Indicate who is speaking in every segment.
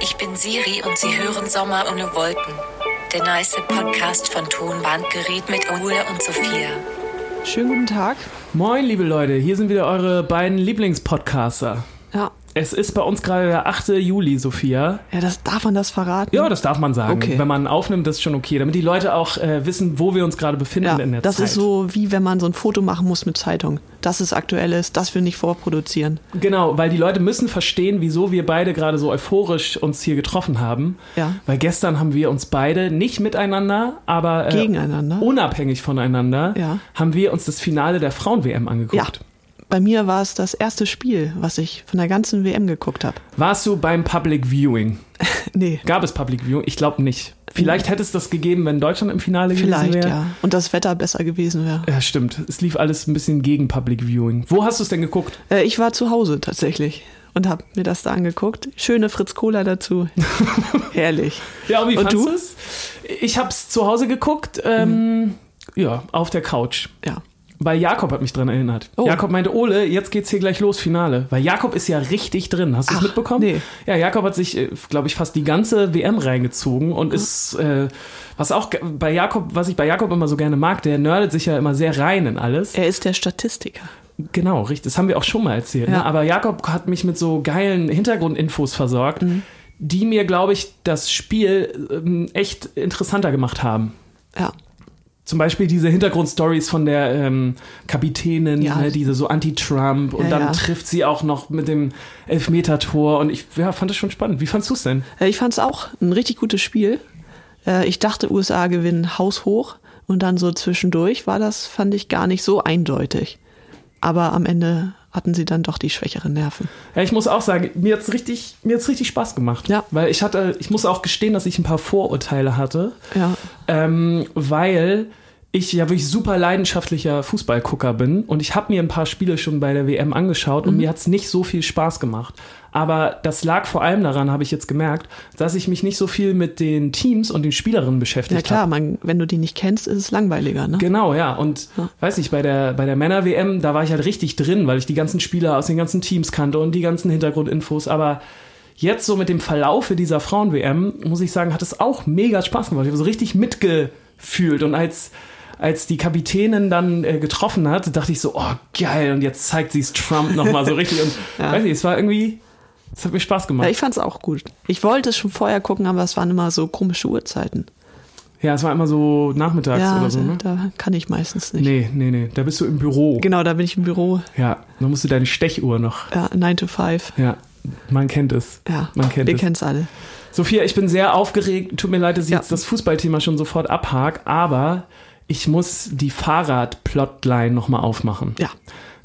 Speaker 1: Ich bin Siri und Sie hören Sommer ohne Wolken. Der nice Podcast von Tonbandgerät mit Ole und Sophia.
Speaker 2: Schönen guten Tag.
Speaker 3: Moin, liebe Leute, hier sind wieder eure beiden Lieblingspodcaster.
Speaker 2: Ja.
Speaker 3: Es ist bei uns gerade der 8. Juli, Sophia.
Speaker 2: Ja, das darf man das verraten.
Speaker 3: Ja, das darf man sagen.
Speaker 2: Okay.
Speaker 3: Wenn man aufnimmt, das ist schon okay, damit die Leute auch äh, wissen, wo wir uns gerade befinden
Speaker 2: Ja,
Speaker 3: in der
Speaker 2: das
Speaker 3: Zeit.
Speaker 2: ist so, wie wenn man so ein Foto machen muss mit Zeitung. Dass es aktuell ist, das wir nicht vorproduzieren.
Speaker 3: Genau, weil die Leute müssen verstehen, wieso wir beide gerade so euphorisch uns hier getroffen haben.
Speaker 2: Ja.
Speaker 3: Weil gestern haben wir uns beide nicht miteinander, aber äh,
Speaker 2: Gegeneinander.
Speaker 3: unabhängig voneinander,
Speaker 2: Ja.
Speaker 3: haben wir uns das Finale der Frauen-WM
Speaker 2: Ja.
Speaker 3: angeguckt.
Speaker 2: Bei mir war es das erste Spiel, was ich von der ganzen WM geguckt habe.
Speaker 3: Warst du beim Public Viewing?
Speaker 2: Nee,
Speaker 3: Gab es Public Viewing? Ich glaube nicht. Vielleicht hätte es das gegeben, wenn Deutschland im Finale gewesen
Speaker 2: vielleicht
Speaker 3: wäre.
Speaker 2: ja. Und das Wetter besser gewesen wäre.
Speaker 3: Ja, stimmt. Es lief alles ein bisschen gegen Public Viewing. Wo hast du es denn geguckt?
Speaker 2: Äh, ich war zu Hause tatsächlich und habe mir das da angeguckt. Schöne Fritz Cola dazu. Herrlich.
Speaker 3: Ja, und wie
Speaker 2: Und
Speaker 3: fandst
Speaker 2: du?
Speaker 3: du's? Ich habe es zu Hause geguckt, ähm,
Speaker 2: Mhm.
Speaker 3: ja, auf der Couch.
Speaker 2: Ja.
Speaker 3: Weil Jakob hat mich dran erinnert.
Speaker 2: Oh.
Speaker 3: Jakob meinte, Ole, jetzt geht's hier gleich los, Finale. Weil Jakob ist ja richtig drin. Hast du es
Speaker 2: Ach,
Speaker 3: mitbekommen?
Speaker 2: nee.
Speaker 3: Ja, Jakob hat sich, glaube ich, fast die ganze WM reingezogen und ist, äh, was auch ge- bei Jakob, was ich bei Jakob immer so gerne mag, der nerdet sich ja immer sehr rein in alles.
Speaker 2: Er ist der Statistiker.
Speaker 3: Genau, richtig. Das haben wir auch schon mal erzählt.
Speaker 2: Ja.
Speaker 3: Ne? Aber Jakob hat mich mit so geilen Hintergrundinfos versorgt,
Speaker 2: Mhm.
Speaker 3: die mir, glaube ich, das Spiel ähm, echt interessanter gemacht haben.
Speaker 2: Ja.
Speaker 3: Zum Beispiel diese Hintergrundstories von der ähm, Kapitänin,
Speaker 2: Ja.
Speaker 3: ne, diese so Anti-Trump und
Speaker 2: Ja,
Speaker 3: dann
Speaker 2: ja.
Speaker 3: trifft sie auch noch mit dem Elfmeter-Tor und ich ja, fand das schon spannend. Wie fandst du es denn?
Speaker 2: Äh, Ich fand es auch ein richtig gutes Spiel. Äh, Ich dachte, USA gewinnen haushoch und dann so zwischendurch war das, fand ich, gar nicht so eindeutig. Aber am Ende hatten sie dann doch die schwächeren Nerven.
Speaker 3: Ja, ich muss auch sagen, mir hat's richtig, mir hat's richtig Spaß gemacht.
Speaker 2: Ja.
Speaker 3: Weil ich hatte, ich muss auch gestehen, dass ich ein paar Vorurteile hatte.
Speaker 2: Ja.
Speaker 3: Ähm, weil ich ja wirklich super leidenschaftlicher Fußballgucker bin und ich habe mir ein paar Spiele schon bei der WM angeschaut und mir hat's nicht so viel Spaß gemacht. Aber das lag vor allem daran, habe ich jetzt gemerkt, dass ich mich nicht so viel mit den Teams und den Spielerinnen
Speaker 2: Ja
Speaker 3: beschäftigt habe.
Speaker 2: klar, man, wenn du die nicht kennst, ist es langweiliger, ne?
Speaker 3: Genau, ja. Und
Speaker 2: Ja.
Speaker 3: weiß nicht, bei der, bei der Männer-WM, da war ich halt richtig drin, weil ich die ganzen Spieler aus den ganzen Teams kannte und die ganzen Hintergrundinfos. Aber jetzt so mit dem Verlaufe dieser Frauen-WM, muss ich sagen, hat es auch mega Spaß gemacht. Ich habe so richtig mitgefühlt. Und als, als die Kapitänin dann äh, getroffen hat, dachte ich so, oh geil, und jetzt zeigt sie es Trump nochmal so richtig. Und
Speaker 2: Ja.
Speaker 3: weiß nicht, es war irgendwie, es hat mir Spaß
Speaker 2: Ja,
Speaker 3: gemacht.
Speaker 2: ich fand es auch gut. Ich wollte es schon vorher gucken, aber es waren immer so komische Uhrzeiten.
Speaker 3: ja, es war immer so nachmittags
Speaker 2: ja, also
Speaker 3: oder so, ne?
Speaker 2: da, da kann ich meistens nicht.
Speaker 3: Nee, nee, nee. Da bist du im Büro.
Speaker 2: Genau, da bin ich im Büro,
Speaker 3: Ja, dann musst du deine Stechuhr noch
Speaker 2: ja, 9 to 5.
Speaker 3: Ja, man kennt es.
Speaker 2: Ja,
Speaker 3: Man kennt
Speaker 2: wir
Speaker 3: es.
Speaker 2: kennen es alle.
Speaker 3: Sophia, ich bin sehr aufgeregt. Tut mir leid, dass ich
Speaker 2: Ja.
Speaker 3: jetzt das Fußballthema schon sofort abhak, aber ich muss die Fahrrad-Plotline nochmal aufmachen.
Speaker 2: Ja,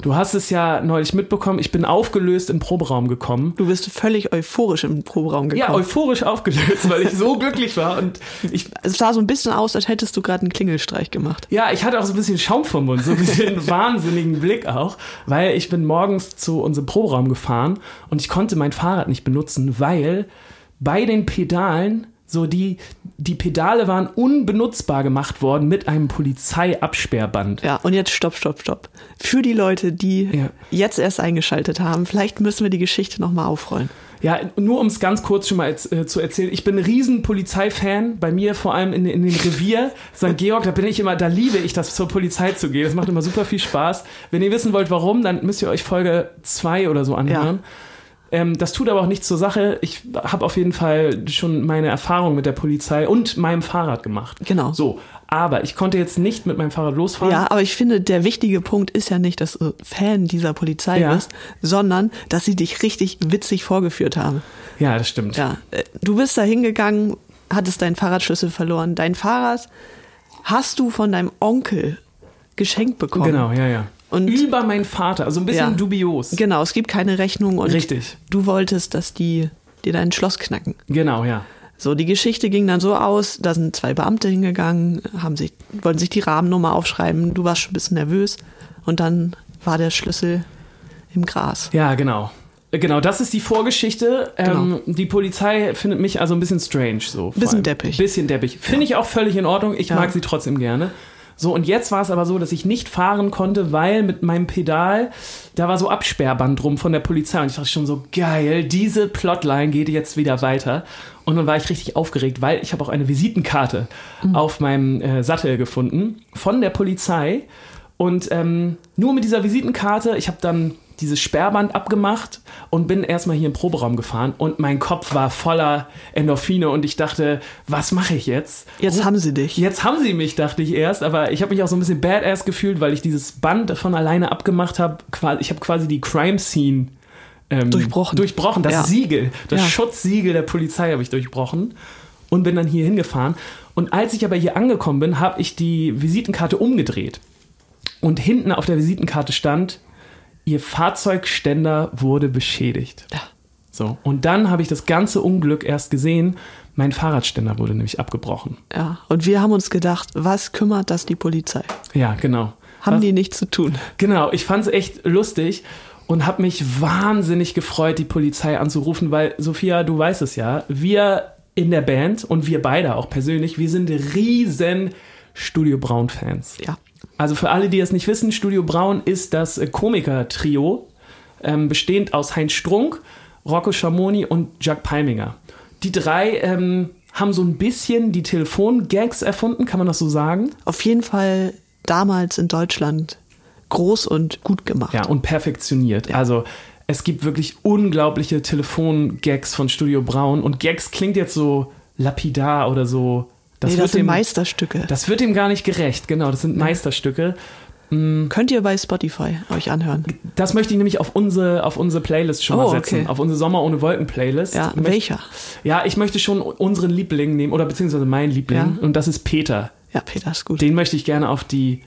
Speaker 3: Du hast es ja neulich mitbekommen, ich bin aufgelöst im Proberaum gekommen.
Speaker 2: du bist völlig euphorisch im Proberaum gekommen.
Speaker 3: Ja, euphorisch aufgelöst, weil ich so glücklich war. Und ich,
Speaker 2: es sah so ein bisschen aus, als hättest du gerade einen Klingelstreich gemacht.
Speaker 3: ja, ich hatte auch so ein bisschen Schaum vom Mund, so ein bisschen wahnsinnigen Blick auch, weil ich bin morgens zu unserem Proberaum gefahren und ich konnte mein Fahrrad nicht benutzen, weil bei den Pedalen so die, die Pedale waren unbenutzbar gemacht worden mit einem Polizeiabsperrband.
Speaker 2: Ja, und jetzt stopp, stopp, stopp. Für die Leute, die
Speaker 3: Ja.
Speaker 2: jetzt erst eingeschaltet haben, vielleicht müssen wir die Geschichte nochmal aufrollen.
Speaker 3: Ja, nur um es ganz kurz schon mal äh, zu erzählen. Ich bin ein riesen Polizeifan. Bei mir vor allem in, in dem Revier St. Georg, da bin ich immer, da liebe ich das, zur Polizei zu gehen. Das macht immer super viel Spaß. Wenn ihr wissen wollt, warum, dann müsst ihr euch Folge 2 oder so anhören. Ähm, das tut aber auch nichts zur Sache. Ich habe auf jeden Fall schon meine Erfahrung mit der Polizei und meinem Fahrrad gemacht.
Speaker 2: Genau.
Speaker 3: So, aber ich konnte jetzt nicht mit meinem Fahrrad losfahren.
Speaker 2: Ja, aber ich finde, der wichtige Punkt ist ja nicht, dass du Fan dieser Polizei
Speaker 3: Ja.
Speaker 2: bist, sondern, dass sie dich richtig witzig vorgeführt haben.
Speaker 3: ja das stimmt.
Speaker 2: Ja, äh, du bist da hingegangen, hattest deinen Fahrradschlüssel verloren. Dein Fahrrad hast du von deinem Onkel geschenkt bekommen.
Speaker 3: Genau, ja, ja.
Speaker 2: Und-
Speaker 3: Über meinen Vater, also ein bisschen
Speaker 2: Ja.
Speaker 3: dubios.
Speaker 2: Genau, es gibt keine Rechnung und
Speaker 3: Richtig.
Speaker 2: du wolltest, dass die dir dein Schloss knacken.
Speaker 3: Genau, ja.
Speaker 2: So, die Geschichte ging dann so aus, da sind zwei Beamte hingegangen, haben sich, wollten sich die Rahmennummer aufschreiben, du warst schon ein bisschen nervös und dann war der Schlüssel im Gras.
Speaker 3: Ja, genau. Äh, Genau, das ist die Vorgeschichte. Ähm, Die Polizei findet mich also ein bisschen strange. So, vor
Speaker 2: Genau. Bisschen
Speaker 3: allem.
Speaker 2: deppig.
Speaker 3: Bisschen deppig. Finde ich auch völlig in Ordnung. Ich
Speaker 2: Ja.
Speaker 3: mag sie trotzdem gerne. So, und jetzt war es aber so, dass ich nicht fahren konnte, weil mit meinem Pedal, da war so Absperrband drum von der Polizei. Und ich dachte schon so, geil, diese Plotline geht jetzt wieder weiter. Und dann war ich richtig aufgeregt, weil ich habe auch eine Visitenkarte
Speaker 2: Mhm.
Speaker 3: auf meinem äh, Sattel gefunden von der Polizei. Und ähm, nur mit dieser Visitenkarte, ich habe dann dieses Sperrband abgemacht und bin erstmal hier im Proberaum gefahren und mein Kopf war voller Endorphine und ich dachte, was mache ich jetzt?
Speaker 2: Jetzt haben sie dich.
Speaker 3: Jetzt haben sie mich, dachte ich erst, aber ich habe mich auch so ein bisschen badass gefühlt, weil ich dieses Band von alleine abgemacht habe. Qua- Ich habe quasi die Crime Scene ähm,
Speaker 2: Durchbrochen.
Speaker 3: Durchbrochen, das
Speaker 2: Ja.
Speaker 3: Siegel, das
Speaker 2: Ja.
Speaker 3: Schutzsiegel der Polizei habe ich durchbrochen und bin dann hier hingefahren. Und als ich aber hier angekommen bin, habe ich die Visitenkarte umgedreht. Und hinten auf der Visitenkarte stand, ihr Fahrzeugständer wurde beschädigt.
Speaker 2: Ja.
Speaker 3: So, und dann habe ich das ganze Unglück erst gesehen. Mein Fahrradständer wurde nämlich abgebrochen.
Speaker 2: ja. Und wir haben uns gedacht, was kümmert das die Polizei?
Speaker 3: Ja, genau.
Speaker 2: Haben
Speaker 3: Was-
Speaker 2: die nichts zu tun?
Speaker 3: Genau, ich fand es echt lustig und habe mich wahnsinnig gefreut, die Polizei anzurufen, weil Sophia, du weißt es ja, wir in der Band und wir beide auch persönlich, wir sind riesen Studio Braun Fans.
Speaker 2: Ja.
Speaker 3: Also für alle, die es nicht wissen, Studio Braun ist das äh, Komiker-Trio, ähm, bestehend aus Heinz Strunk, Rocco Schamoni und Jack Palminger. Die drei ähm, haben so ein bisschen die Telefongags erfunden, kann man das so sagen?
Speaker 2: Auf jeden Fall damals in Deutschland groß und gut gemacht.
Speaker 3: Ja, und perfektioniert. Also es gibt wirklich unglaubliche Telefongags von Studio Braun und Gags klingt jetzt so lapidar oder so. Das,
Speaker 2: nee,
Speaker 3: wird
Speaker 2: das sind
Speaker 3: dem,
Speaker 2: Meisterstücke.
Speaker 3: das wird dem gar nicht gerecht, genau. Das sind Meisterstücke.
Speaker 2: Könnt ihr bei Spotify euch anhören.
Speaker 3: Das möchte ich nämlich auf unsere, auf unsere Playlist schon
Speaker 2: Oh,
Speaker 3: mal setzen.
Speaker 2: okay.
Speaker 3: Auf unsere Sommer ohne Wolken Playlist.
Speaker 2: Ja,
Speaker 3: Möcht-
Speaker 2: welcher?
Speaker 3: Ja, ich möchte schon unseren Liebling nehmen oder beziehungsweise meinen Liebling
Speaker 2: Ja.
Speaker 3: und das ist Peter.
Speaker 2: Ja, Peter ist gut.
Speaker 3: Den möchte ich gerne auf die,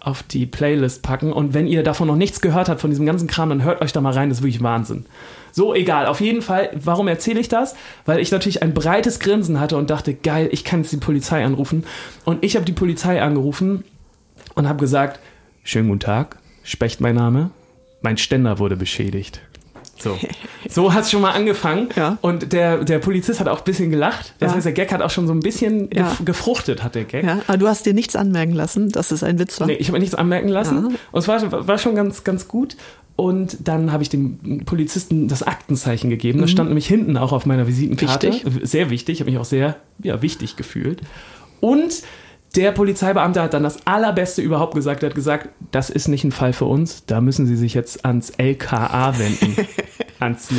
Speaker 3: auf die Playlist packen. Und wenn ihr davon noch nichts gehört habt, von diesem ganzen Kram, dann hört euch da mal rein, das ist wirklich Wahnsinn. So, egal. Auf jeden Fall, warum erzähle ich das? Weil ich natürlich ein breites Grinsen hatte und dachte, geil, ich kann jetzt die Polizei anrufen. Und ich habe die Polizei angerufen und habe gesagt, schönen guten Tag, Specht mein Name, mein Ständer wurde beschädigt. So, so hat es schon mal angefangen.
Speaker 2: Ja.
Speaker 3: Und der, der Polizist hat auch ein bisschen gelacht. Das
Speaker 2: Ja.
Speaker 3: heißt, der Gag hat auch schon so ein bisschen
Speaker 2: Ja.
Speaker 3: gef- gefruchtet, hat der Gag.
Speaker 2: Ja, aber du hast dir nichts anmerken lassen, dass es ein Witz war.
Speaker 3: Nee, ich habe mir nichts anmerken lassen.
Speaker 2: Ja.
Speaker 3: Und es war, war schon ganz, ganz gut. Und dann habe ich dem Polizisten das Aktenzeichen gegeben. Das stand nämlich hinten auch auf meiner Visitenkarte.
Speaker 2: Mhm. Wichtig.
Speaker 3: Sehr wichtig. Ich habe mich auch sehr ja, wichtig gefühlt. Und der Polizeibeamte hat dann das Allerbeste überhaupt gesagt. Er hat gesagt, das ist nicht ein Fall für uns. Da müssen Sie sich jetzt ans LKA wenden. ans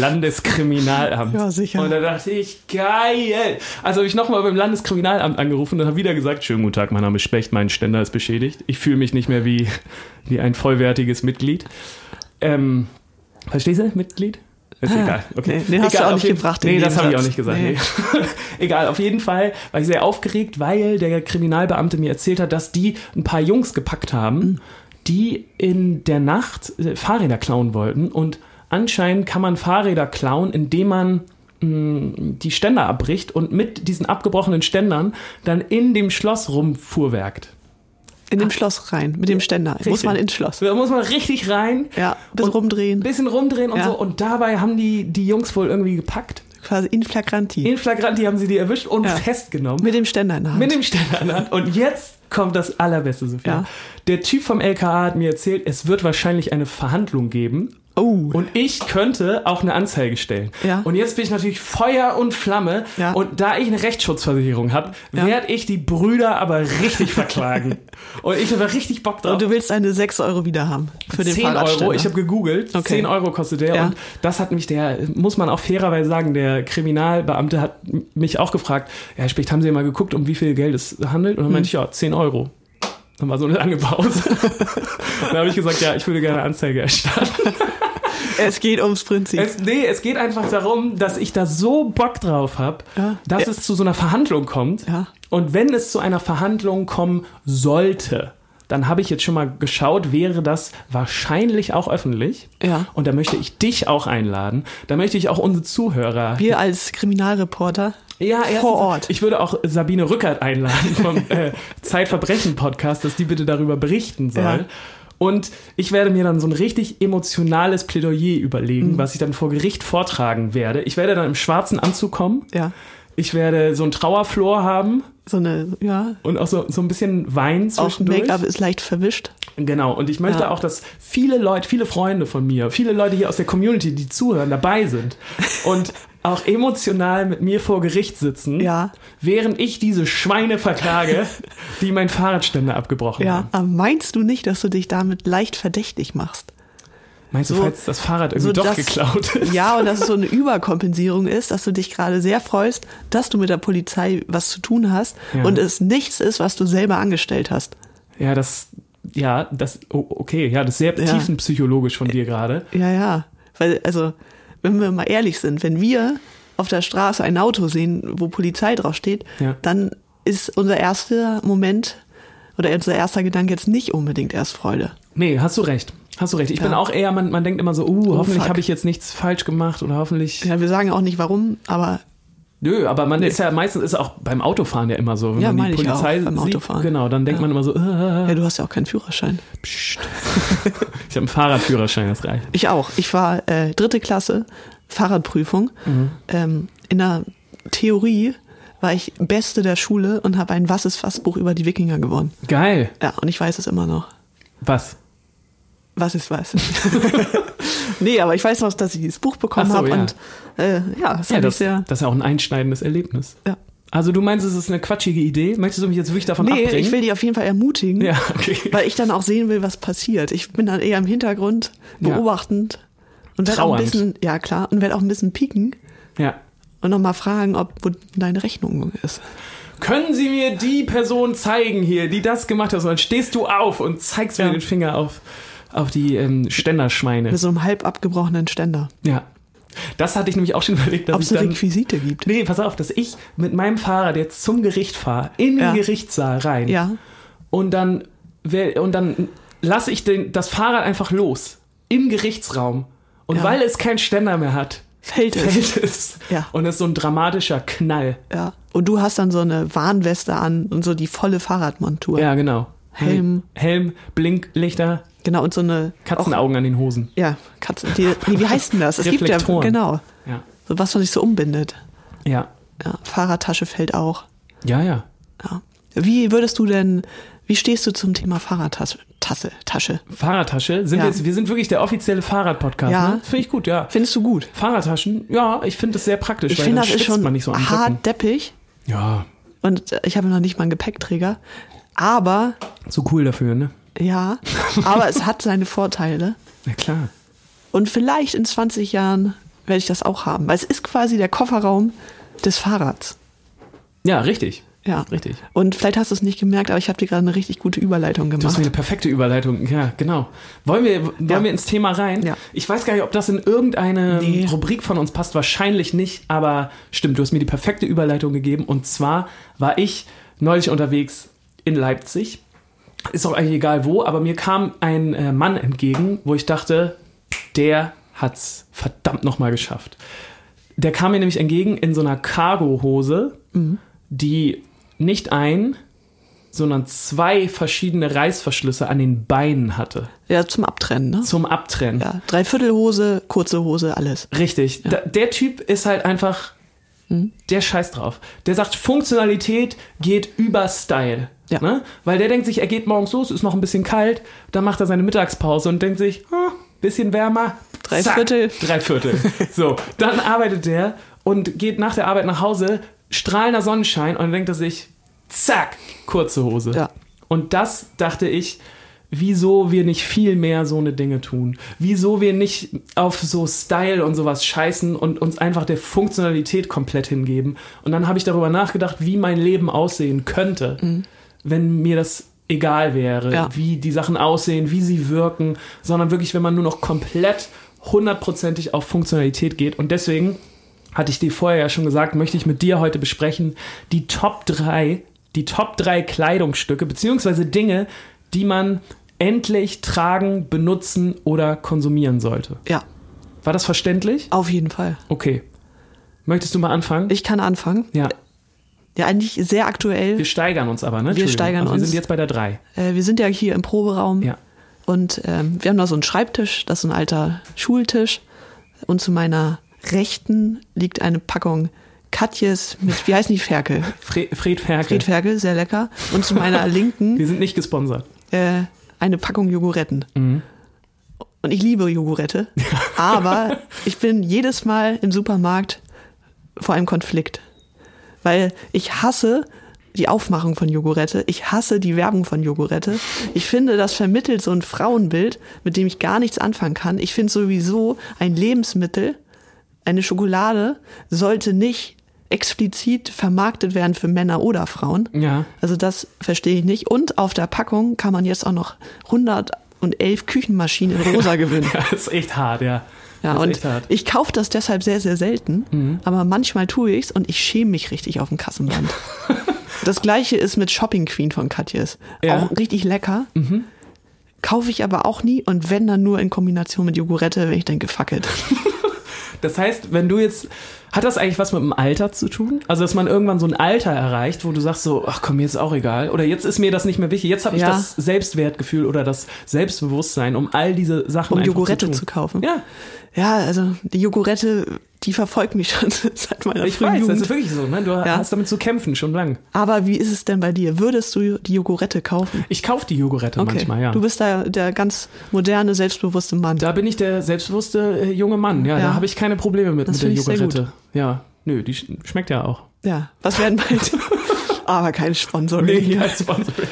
Speaker 3: Landeskriminalamt.
Speaker 2: Ja, sicher.
Speaker 3: Und da dachte ich, geil. Also habe ich nochmal beim Landeskriminalamt angerufen und habe wieder gesagt, schönen guten Tag, mein Name ist Specht, mein Ständer ist beschädigt. Ich fühle mich nicht mehr wie, wie ein vollwertiges Mitglied. Ähm, verstehst du, Mitglied? Ist egal. Okay.
Speaker 2: Ah, nee, den hast
Speaker 3: egal,
Speaker 2: du auch
Speaker 3: auf
Speaker 2: nicht
Speaker 3: jeden-
Speaker 2: gebracht, den
Speaker 3: Nee, das habe ich auch
Speaker 2: Nebensatz.
Speaker 3: nicht gesagt.
Speaker 2: Nee.
Speaker 3: Nee. egal, auf jeden Fall war ich sehr aufgeregt, weil der Kriminalbeamte mir erzählt hat, dass die ein paar Jungs gepackt
Speaker 2: Mhm.
Speaker 3: haben, die in der Nacht äh, Fahrräder klauen wollten. Und anscheinend kann man Fahrräder klauen, indem man mm, die Ständer abbricht und mit diesen abgebrochenen Ständern dann in dem Schloss rumfuhrwerkt.
Speaker 2: In dem Schloss rein, mit dem Ständer. Muss
Speaker 3: Richtig.
Speaker 2: man ins Schloss.
Speaker 3: Da muss man richtig rein.
Speaker 2: Ja, bis
Speaker 3: Und
Speaker 2: rumdrehen.
Speaker 3: Ein bisschen rumdrehen und
Speaker 2: Ja.
Speaker 3: so. Und dabei haben die, die Jungs wohl irgendwie gepackt.
Speaker 2: Quasi in flagranti.
Speaker 3: In Flagranti haben sie die erwischt und
Speaker 2: Ja.
Speaker 3: festgenommen.
Speaker 2: mit dem Ständer in der Hand.
Speaker 3: Mit dem Ständer an der Hand. Und jetzt kommt das Allerbeste, Sophia.
Speaker 2: Ja.
Speaker 3: Der Typ vom LKA hat mir erzählt, es wird wahrscheinlich eine Verhandlung geben.
Speaker 2: oh.
Speaker 3: Und ich könnte auch eine Anzeige stellen.
Speaker 2: Ja.
Speaker 3: Und jetzt bin ich natürlich Feuer und Flamme.
Speaker 2: Ja.
Speaker 3: Und da ich eine Rechtsschutzversicherung habe,
Speaker 2: Ja.
Speaker 3: werde ich die Brüder aber richtig verklagen. und ich habe richtig Bock drauf.
Speaker 2: Und du willst eine 6 Euro wieder haben für den
Speaker 3: 10
Speaker 2: Fahrradständer.
Speaker 3: Euro, ich habe gegoogelt,
Speaker 2: Okay.
Speaker 3: 10 Euro kostet der
Speaker 2: Ja.
Speaker 3: und das hat mich der, muss man auch fairerweise sagen, der Kriminalbeamte hat m- mich auch gefragt, ja, Specht, haben Sie mal geguckt, um wie viel Geld es handelt?
Speaker 2: Hm.
Speaker 3: Und dann meinte ich, ja, 10 Euro. Dann war so eine lange Pause. dann habe ich gesagt, ja, ich würde gerne eine Anzeige erstatten.
Speaker 2: Es geht ums Prinzip.
Speaker 3: Es, nee, es geht einfach darum, dass ich da so Bock drauf habe,
Speaker 2: Ja.
Speaker 3: dass
Speaker 2: Ja.
Speaker 3: es zu so einer Verhandlung kommt.
Speaker 2: Ja.
Speaker 3: Und wenn es zu einer Verhandlung kommen sollte, dann habe ich jetzt schon mal geschaut, wäre das wahrscheinlich auch öffentlich.
Speaker 2: Ja.
Speaker 3: Und da möchte ich dich auch einladen. Da möchte ich auch unsere Zuhörer.
Speaker 2: Wir als Kriminalreporter
Speaker 3: ja, erstens,
Speaker 2: vor Ort.
Speaker 3: Ich würde auch Sabine Rückert einladen vom äh, Zeitverbrechen-Podcast, dass die bitte darüber berichten soll.
Speaker 2: Ja.
Speaker 3: Und ich werde mir dann so ein richtig emotionales
Speaker 2: Mhm.
Speaker 3: Plädoyer überlegen, was ich dann vor Gericht vortragen werde. Ich werde dann im schwarzen Anzug kommen.
Speaker 2: ja.
Speaker 3: Ich werde so einen Trauerflor haben
Speaker 2: So eine, ja.
Speaker 3: und auch so, so ein bisschen Wein
Speaker 2: Auch
Speaker 3: zwischendurch.
Speaker 2: Make-up ist leicht verwischt.
Speaker 3: Genau, und ich möchte
Speaker 2: Ja.
Speaker 3: auch, dass viele Leute, viele Freunde von mir, viele Leute hier aus der Community, die zuhören, dabei sind und auch emotional mit mir vor Gericht sitzen,
Speaker 2: Ja.
Speaker 3: während ich diese Schweine verklage, die mein Fahrradständer abgebrochen
Speaker 2: Ja.
Speaker 3: haben.
Speaker 2: Aber meinst du nicht, dass du dich damit leicht verdächtig machst?
Speaker 3: Meinst du,
Speaker 2: So-
Speaker 3: falls das Fahrrad irgendwie
Speaker 2: so
Speaker 3: doch
Speaker 2: dass-
Speaker 3: geklaut ist?
Speaker 2: Ja, und dass es so eine Überkompensierung ist, dass du dich gerade sehr freust, dass du mit der Polizei was zu tun hast
Speaker 3: Ja.
Speaker 2: und es nichts ist, was du selber angestellt hast.
Speaker 3: Ja, das, ja, das, oh, okay, ja, das ist sehr
Speaker 2: Ja.
Speaker 3: tiefenpsychologisch von dir gerade.
Speaker 2: Ja, ja. Weil, also, wenn wir mal ehrlich sind, wenn wir auf der Straße ein Auto sehen, wo Polizei draufsteht,
Speaker 3: Ja.
Speaker 2: dann ist unser erster Moment oder unser erster Gedanke jetzt nicht unbedingt erst Freude.
Speaker 3: Nee, hast du recht. Hast du recht. Ich bin
Speaker 2: Ja. Oh,
Speaker 3: auch eher, man, man denkt immer so, uh, hoffentlich
Speaker 2: fuck.
Speaker 3: habe ich jetzt nichts falsch gemacht oder hoffentlich.
Speaker 2: Ja, wir sagen auch nicht warum, aber
Speaker 3: Nö, aber man ist ja meistens ist auch beim Autofahren ja immer so. Wenn
Speaker 2: Ja,
Speaker 3: man
Speaker 2: meine
Speaker 3: die
Speaker 2: ich ja auch,
Speaker 3: Polizei
Speaker 2: beim
Speaker 3: sieht,
Speaker 2: Autofahren.
Speaker 3: genau, dann denkt man immer so, äh,
Speaker 2: ja, du hast ja auch keinen Führerschein.
Speaker 3: pst. ich habe einen Fahrradführerschein, das reicht.
Speaker 2: Ich auch. Ich war äh, dritte Klasse, Fahrradprüfung.
Speaker 3: Mhm.
Speaker 2: Ähm, in der Theorie war ich Beste der Schule und habe ein Was ist fast Buch über die Wikinger gewonnen.
Speaker 3: Geil.
Speaker 2: Ja, und ich weiß es immer noch.
Speaker 3: Was?
Speaker 2: Was ist was? nee, aber ich weiß noch, dass ich dieses Buch bekommen
Speaker 3: Ach so,
Speaker 2: habe
Speaker 3: ja.
Speaker 2: und äh, ja, das habe
Speaker 3: Ja,
Speaker 2: ich
Speaker 3: das,
Speaker 2: sehr.
Speaker 3: das ist ja auch ein einschneidendes Erlebnis.
Speaker 2: Ja.
Speaker 3: Also du meinst, es ist eine quatschige Idee? Möchtest du mich jetzt wirklich davon
Speaker 2: Nee,
Speaker 3: abbringen?
Speaker 2: ich will dich auf jeden Fall ermutigen,
Speaker 3: ja, okay.
Speaker 2: weil ich dann auch sehen will, was passiert. Ich bin dann eher im Hintergrund,
Speaker 3: Ja.
Speaker 2: beobachtend und werde auch ein
Speaker 3: Trauernd.
Speaker 2: bisschen, ja klar, und werde auch ein bisschen pieken
Speaker 3: Ja.
Speaker 2: und nochmal fragen, ob wo deine Rechnung ist.
Speaker 3: Können Sie mir die Person zeigen hier, die das gemacht hat? Und dann stehst du auf und zeigst mir
Speaker 2: Ja.
Speaker 3: den Finger auf, auf die ähm, Ständerschweine.
Speaker 2: Mit so einem halb abgebrochenen Ständer.
Speaker 3: Ja. Das hatte ich nämlich auch schon überlegt, dass
Speaker 2: Ob
Speaker 3: ich
Speaker 2: es eine
Speaker 3: dann
Speaker 2: Requisite gibt.
Speaker 3: Nee, pass auf, dass ich mit meinem Fahrrad jetzt zum Gericht fahre, in den
Speaker 2: Ja.
Speaker 3: Gerichtssaal rein.
Speaker 2: Ja.
Speaker 3: Und dann, wär- und dann lasse ich den, das Fahrrad einfach los. Im Gerichtsraum. Und
Speaker 2: Ja.
Speaker 3: weil es keinen Ständer mehr hat,
Speaker 2: Fällt es.
Speaker 3: fällt es.
Speaker 2: Ja.
Speaker 3: Und es ist so ein dramatischer Knall.
Speaker 2: Ja. Und du hast dann so eine Warnweste an und so die volle Fahrradmontur.
Speaker 3: Ja, genau.
Speaker 2: Helm.
Speaker 3: Helm, Blinklichter,
Speaker 2: Genau, und so eine.
Speaker 3: Katzenaugen an den Hosen.
Speaker 2: Auch, ja, Katzen. Die, nee, wie heißt denn das? Es gibt ja,
Speaker 3: Reflektoren.
Speaker 2: genau.
Speaker 3: Ja.
Speaker 2: So was, was sich so umbindet.
Speaker 3: Ja.
Speaker 2: Ja, Fahrradtasche fällt auch.
Speaker 3: Ja, ja.
Speaker 2: Ja. Wie würdest du denn, wie stehst du zum Thema Fahrradtasche? Tasse, Tasche.
Speaker 3: Fahrradtasche. Sind
Speaker 2: Ja.
Speaker 3: wir, jetzt, wir sind wirklich der offizielle Fahrradpodcast.
Speaker 2: Ja.
Speaker 3: Ne? Finde ich gut, ja.
Speaker 2: Findest du gut?
Speaker 3: Fahrradtaschen, ja, ich finde das sehr praktisch,
Speaker 2: Ich
Speaker 3: weil
Speaker 2: finde,
Speaker 3: dann
Speaker 2: das ist
Speaker 3: schwitzt
Speaker 2: schon
Speaker 3: man nicht so am Rücken.
Speaker 2: hart deppig.
Speaker 3: Ja,
Speaker 2: Und ich habe noch nicht mal einen Gepäckträger. Aber,
Speaker 3: zu cool dafür, ne?
Speaker 2: ja, aber es hat seine Vorteile.
Speaker 3: Na klar.
Speaker 2: Und vielleicht in 20 Jahren werde ich das auch haben. Weil es ist quasi der Kofferraum des Fahrrads.
Speaker 3: Ja, richtig.
Speaker 2: Ja.
Speaker 3: Richtig.
Speaker 2: Und vielleicht hast du es nicht gemerkt, aber ich habe dir gerade eine richtig gute Überleitung
Speaker 3: Du hast
Speaker 2: gemacht.
Speaker 3: mir eine perfekte Überleitung. Ja, genau. Wollen wir, wollen
Speaker 2: Ja.
Speaker 3: wir ins Thema rein?
Speaker 2: Ja.
Speaker 3: Ich weiß gar nicht, ob das in irgendeine
Speaker 2: Nee.
Speaker 3: Ähm, Rubrik von uns passt. Wahrscheinlich nicht, aber stimmt, du hast mir die perfekte Überleitung gegeben. Und zwar war ich neulich unterwegs in Leipzig. Ist auch eigentlich egal wo, aber mir kam ein äh, Mann entgegen, wo ich dachte, der hat's verdammt nochmal geschafft. Der kam mir nämlich entgegen in so einer Cargo-Hose, die nicht ein, sondern zwei verschiedene Reißverschlüsse an den Beinen hatte.
Speaker 2: Ja, zum Abtrennen, ne?
Speaker 3: Zum Abtrennen.
Speaker 2: Ja, Dreiviertelhose, kurze Hose, alles.
Speaker 3: Richtig. Da, der Typ ist halt einfach
Speaker 2: Mhm.
Speaker 3: der Scheiß drauf. Der sagt, Funktionalität geht über Style.
Speaker 2: Ja.
Speaker 3: Ne? Weil der denkt sich, er geht morgens los, ist noch ein bisschen kalt, dann macht er seine Mittagspause und denkt sich, hm, bisschen wärmer.
Speaker 2: Drei
Speaker 3: zack,
Speaker 2: Viertel.
Speaker 3: Drei Viertel. So, dann arbeitet der und geht nach der Arbeit nach Hause, strahlender Sonnenschein und dann denkt er sich, zack, kurze Hose.
Speaker 2: Ja.
Speaker 3: Und das dachte ich, wieso wir nicht viel mehr so eine Dinge tun. Wieso wir nicht auf so Style und sowas scheißen und uns einfach der Funktionalität komplett hingeben. Und dann habe ich darüber nachgedacht, wie mein Leben aussehen könnte, wenn mir das egal wäre,
Speaker 2: Ja.
Speaker 3: wie die Sachen aussehen, wie sie wirken, sondern wirklich, wenn man nur noch komplett hundertprozentig auf Funktionalität geht. Und deswegen hatte ich dir vorher ja schon gesagt, möchte ich mit dir heute besprechen, die Top 3, die Top 3 Kleidungsstücke beziehungsweise Dinge, die man endlich tragen, benutzen oder konsumieren sollte.
Speaker 2: Ja,
Speaker 3: War das verständlich?
Speaker 2: auf jeden Fall.
Speaker 3: Okay. Möchtest du mal anfangen?
Speaker 2: Ich kann anfangen.
Speaker 3: ja,
Speaker 2: Ja, eigentlich sehr aktuell.
Speaker 3: wir steigern uns aber, ne? Entschuldigung.
Speaker 2: steigern
Speaker 3: also Wir
Speaker 2: uns.
Speaker 3: sind jetzt bei der 3.
Speaker 2: Äh, wir sind ja hier im Proberaum.
Speaker 3: Ja.
Speaker 2: Und ähm, wir haben da so einen Schreibtisch, das ist ein alter Schultisch. Und zu meiner Rechten liegt eine Packung Katjes mit, wie heißen die Ferkel?
Speaker 3: Fre Fred Ferkel.
Speaker 2: Fred Ferkel, sehr lecker. Und zu meiner Linken
Speaker 3: Wir sind nicht gesponsert.
Speaker 2: äh, eine Packung Joguretten. Und ich liebe Jogurette, aber ich bin jedes Mal im Supermarkt vor einem Konflikt. Weil ich hasse die Aufmachung von Jogurette, ich hasse die Werbung von Jogurette. Ich finde, das vermittelt so ein Frauenbild, mit dem ich gar nichts anfangen kann. Ich finde sowieso ein Lebensmittel, eine Schokolade sollte nicht explizit vermarktet werden für Männer oder Frauen.
Speaker 3: Ja.
Speaker 2: Also das verstehe ich nicht. Und auf der Packung kann man jetzt auch noch 111 Küchenmaschinen in rosa gewinnen.
Speaker 3: Ja, ist echt hart, ja.
Speaker 2: Ja,
Speaker 3: ist
Speaker 2: und
Speaker 3: echt hart. Mhm.
Speaker 2: ich kaufe das deshalb sehr, sehr selten. Aber manchmal tue ich's und ich schäme mich richtig auf dem Kassenband. das gleiche ist mit Shopping Queen von Katjes.
Speaker 3: Ja. Mhm.
Speaker 2: Auch richtig lecker. Kaufe ich aber auch nie und wenn dann nur in Kombination mit Jogurette, wenn ich denke, fuck it.
Speaker 3: Das heißt, wenn du jetzt. Hat das eigentlich was mit dem Alter zu tun? Also, dass man irgendwann so ein Alter erreicht, wo du sagst so, ach komm, mir ist auch egal. Oder jetzt ist mir das nicht mehr wichtig. Jetzt habe ich
Speaker 2: Ja.
Speaker 3: das Selbstwertgefühl oder das Selbstbewusstsein, um all diese Sachen
Speaker 2: Um
Speaker 3: einfach
Speaker 2: Jogurette
Speaker 3: tun.
Speaker 2: zu kaufen.
Speaker 3: Ja,
Speaker 2: Ja, also die Jogurette, die verfolgt mich schon seit meiner
Speaker 3: ich
Speaker 2: frühen
Speaker 3: weiß, das
Speaker 2: Jugend.
Speaker 3: ist wirklich so. Ne? Du
Speaker 2: Ja.
Speaker 3: hast damit zu kämpfen, schon lang.
Speaker 2: Aber wie ist es denn bei dir? Würdest du die Jogurette kaufen?
Speaker 3: Ich kaufe die Jogurette manchmal, ja.
Speaker 2: Du bist da der ganz moderne, selbstbewusste Mann.
Speaker 3: Da bin ich der selbstbewusste äh, junge Mann. Ja, da
Speaker 2: Ja.
Speaker 3: habe ich keine Probleme mit,
Speaker 2: Das
Speaker 3: mit der
Speaker 2: finde ich sehr
Speaker 3: Jogurette. Ja, nö, die sch schmeckt ja auch.
Speaker 2: ja. Was werden bei dir? Aber kein Sponsoring.
Speaker 3: kein Sponsoring.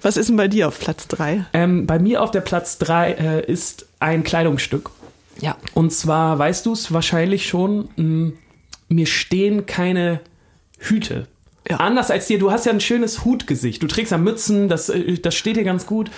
Speaker 2: Was ist denn bei dir auf Platz drei?
Speaker 3: Ähm, bei mir auf der Platz 3 äh, ist ein Kleidungsstück.
Speaker 2: Ja.
Speaker 3: Und zwar, weißt du es wahrscheinlich schon, mh, mir stehen keine Hüte.
Speaker 2: Ja.
Speaker 3: Anders als dir, du hast ja ein schönes Hutgesicht. Du trägst ja Mützen, das, äh, das steht dir ganz gut.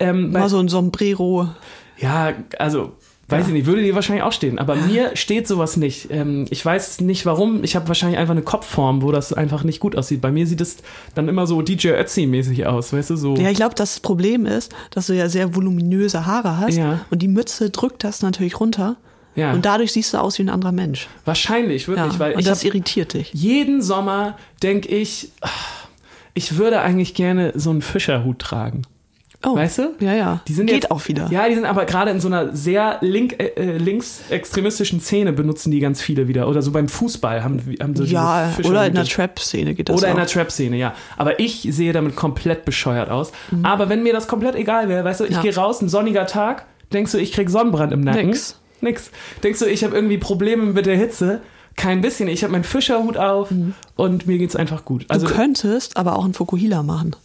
Speaker 3: Ähm, bei,
Speaker 2: Mal so ein Sombrero.
Speaker 3: ja, also, weiß ich nicht, würde dir wahrscheinlich auch stehen. Aber mir steht sowas nicht. Ähm, ich weiß nicht warum. Ich habe wahrscheinlich einfach eine Kopfform, wo das einfach nicht gut aussieht. Bei mir sieht es dann immer so DJ Ötzi-mäßig aus, weißt du, so.
Speaker 2: Ja, ich glaube, das Problem ist, dass du ja sehr voluminöse Haare hast
Speaker 3: Ja.
Speaker 2: und die Mütze drückt das natürlich runter
Speaker 3: Ja.
Speaker 2: und dadurch siehst du aus wie ein anderer Mensch.
Speaker 3: wahrscheinlich,
Speaker 2: Ja.
Speaker 3: wirklich, weil
Speaker 2: und
Speaker 3: ich
Speaker 2: das
Speaker 3: hab-
Speaker 2: irritiert dich.
Speaker 3: jeden Sommer denke ich, ah, ich würde eigentlich gerne so einen Fischerhut tragen.
Speaker 2: Oh.
Speaker 3: Weißt du?
Speaker 2: Ja, ja.
Speaker 3: Die sind
Speaker 2: Geht
Speaker 3: jetzt,
Speaker 2: auch wieder.
Speaker 3: Ja, die sind aber gerade in so einer sehr link, äh, äh, linksextremistischen Szene benutzen die ganz viele wieder. Oder so beim Fußball haben, haben so also diese
Speaker 2: Ja,
Speaker 3: Fischerhute.
Speaker 2: oder in der Trap-Szene geht das
Speaker 3: Oder in
Speaker 2: auch.
Speaker 3: der Trap-Szene, ja. Aber ich sehe damit komplett bescheuert aus. Aber wenn mir das komplett egal wäre, weißt du, ich
Speaker 2: Mhm. Ja.
Speaker 3: gehe raus, ein sonniger Tag, denkst du, ich krieg Sonnenbrand im Nacken?
Speaker 2: Nix.
Speaker 3: Nix. Denkst du, ich habe irgendwie Probleme mit der Hitze? Kein bisschen. Ich habe meinen Fischerhut auf und mir geht's einfach gut. Also,
Speaker 2: Mhm. du könntest aber auch einen Fokuhila machen.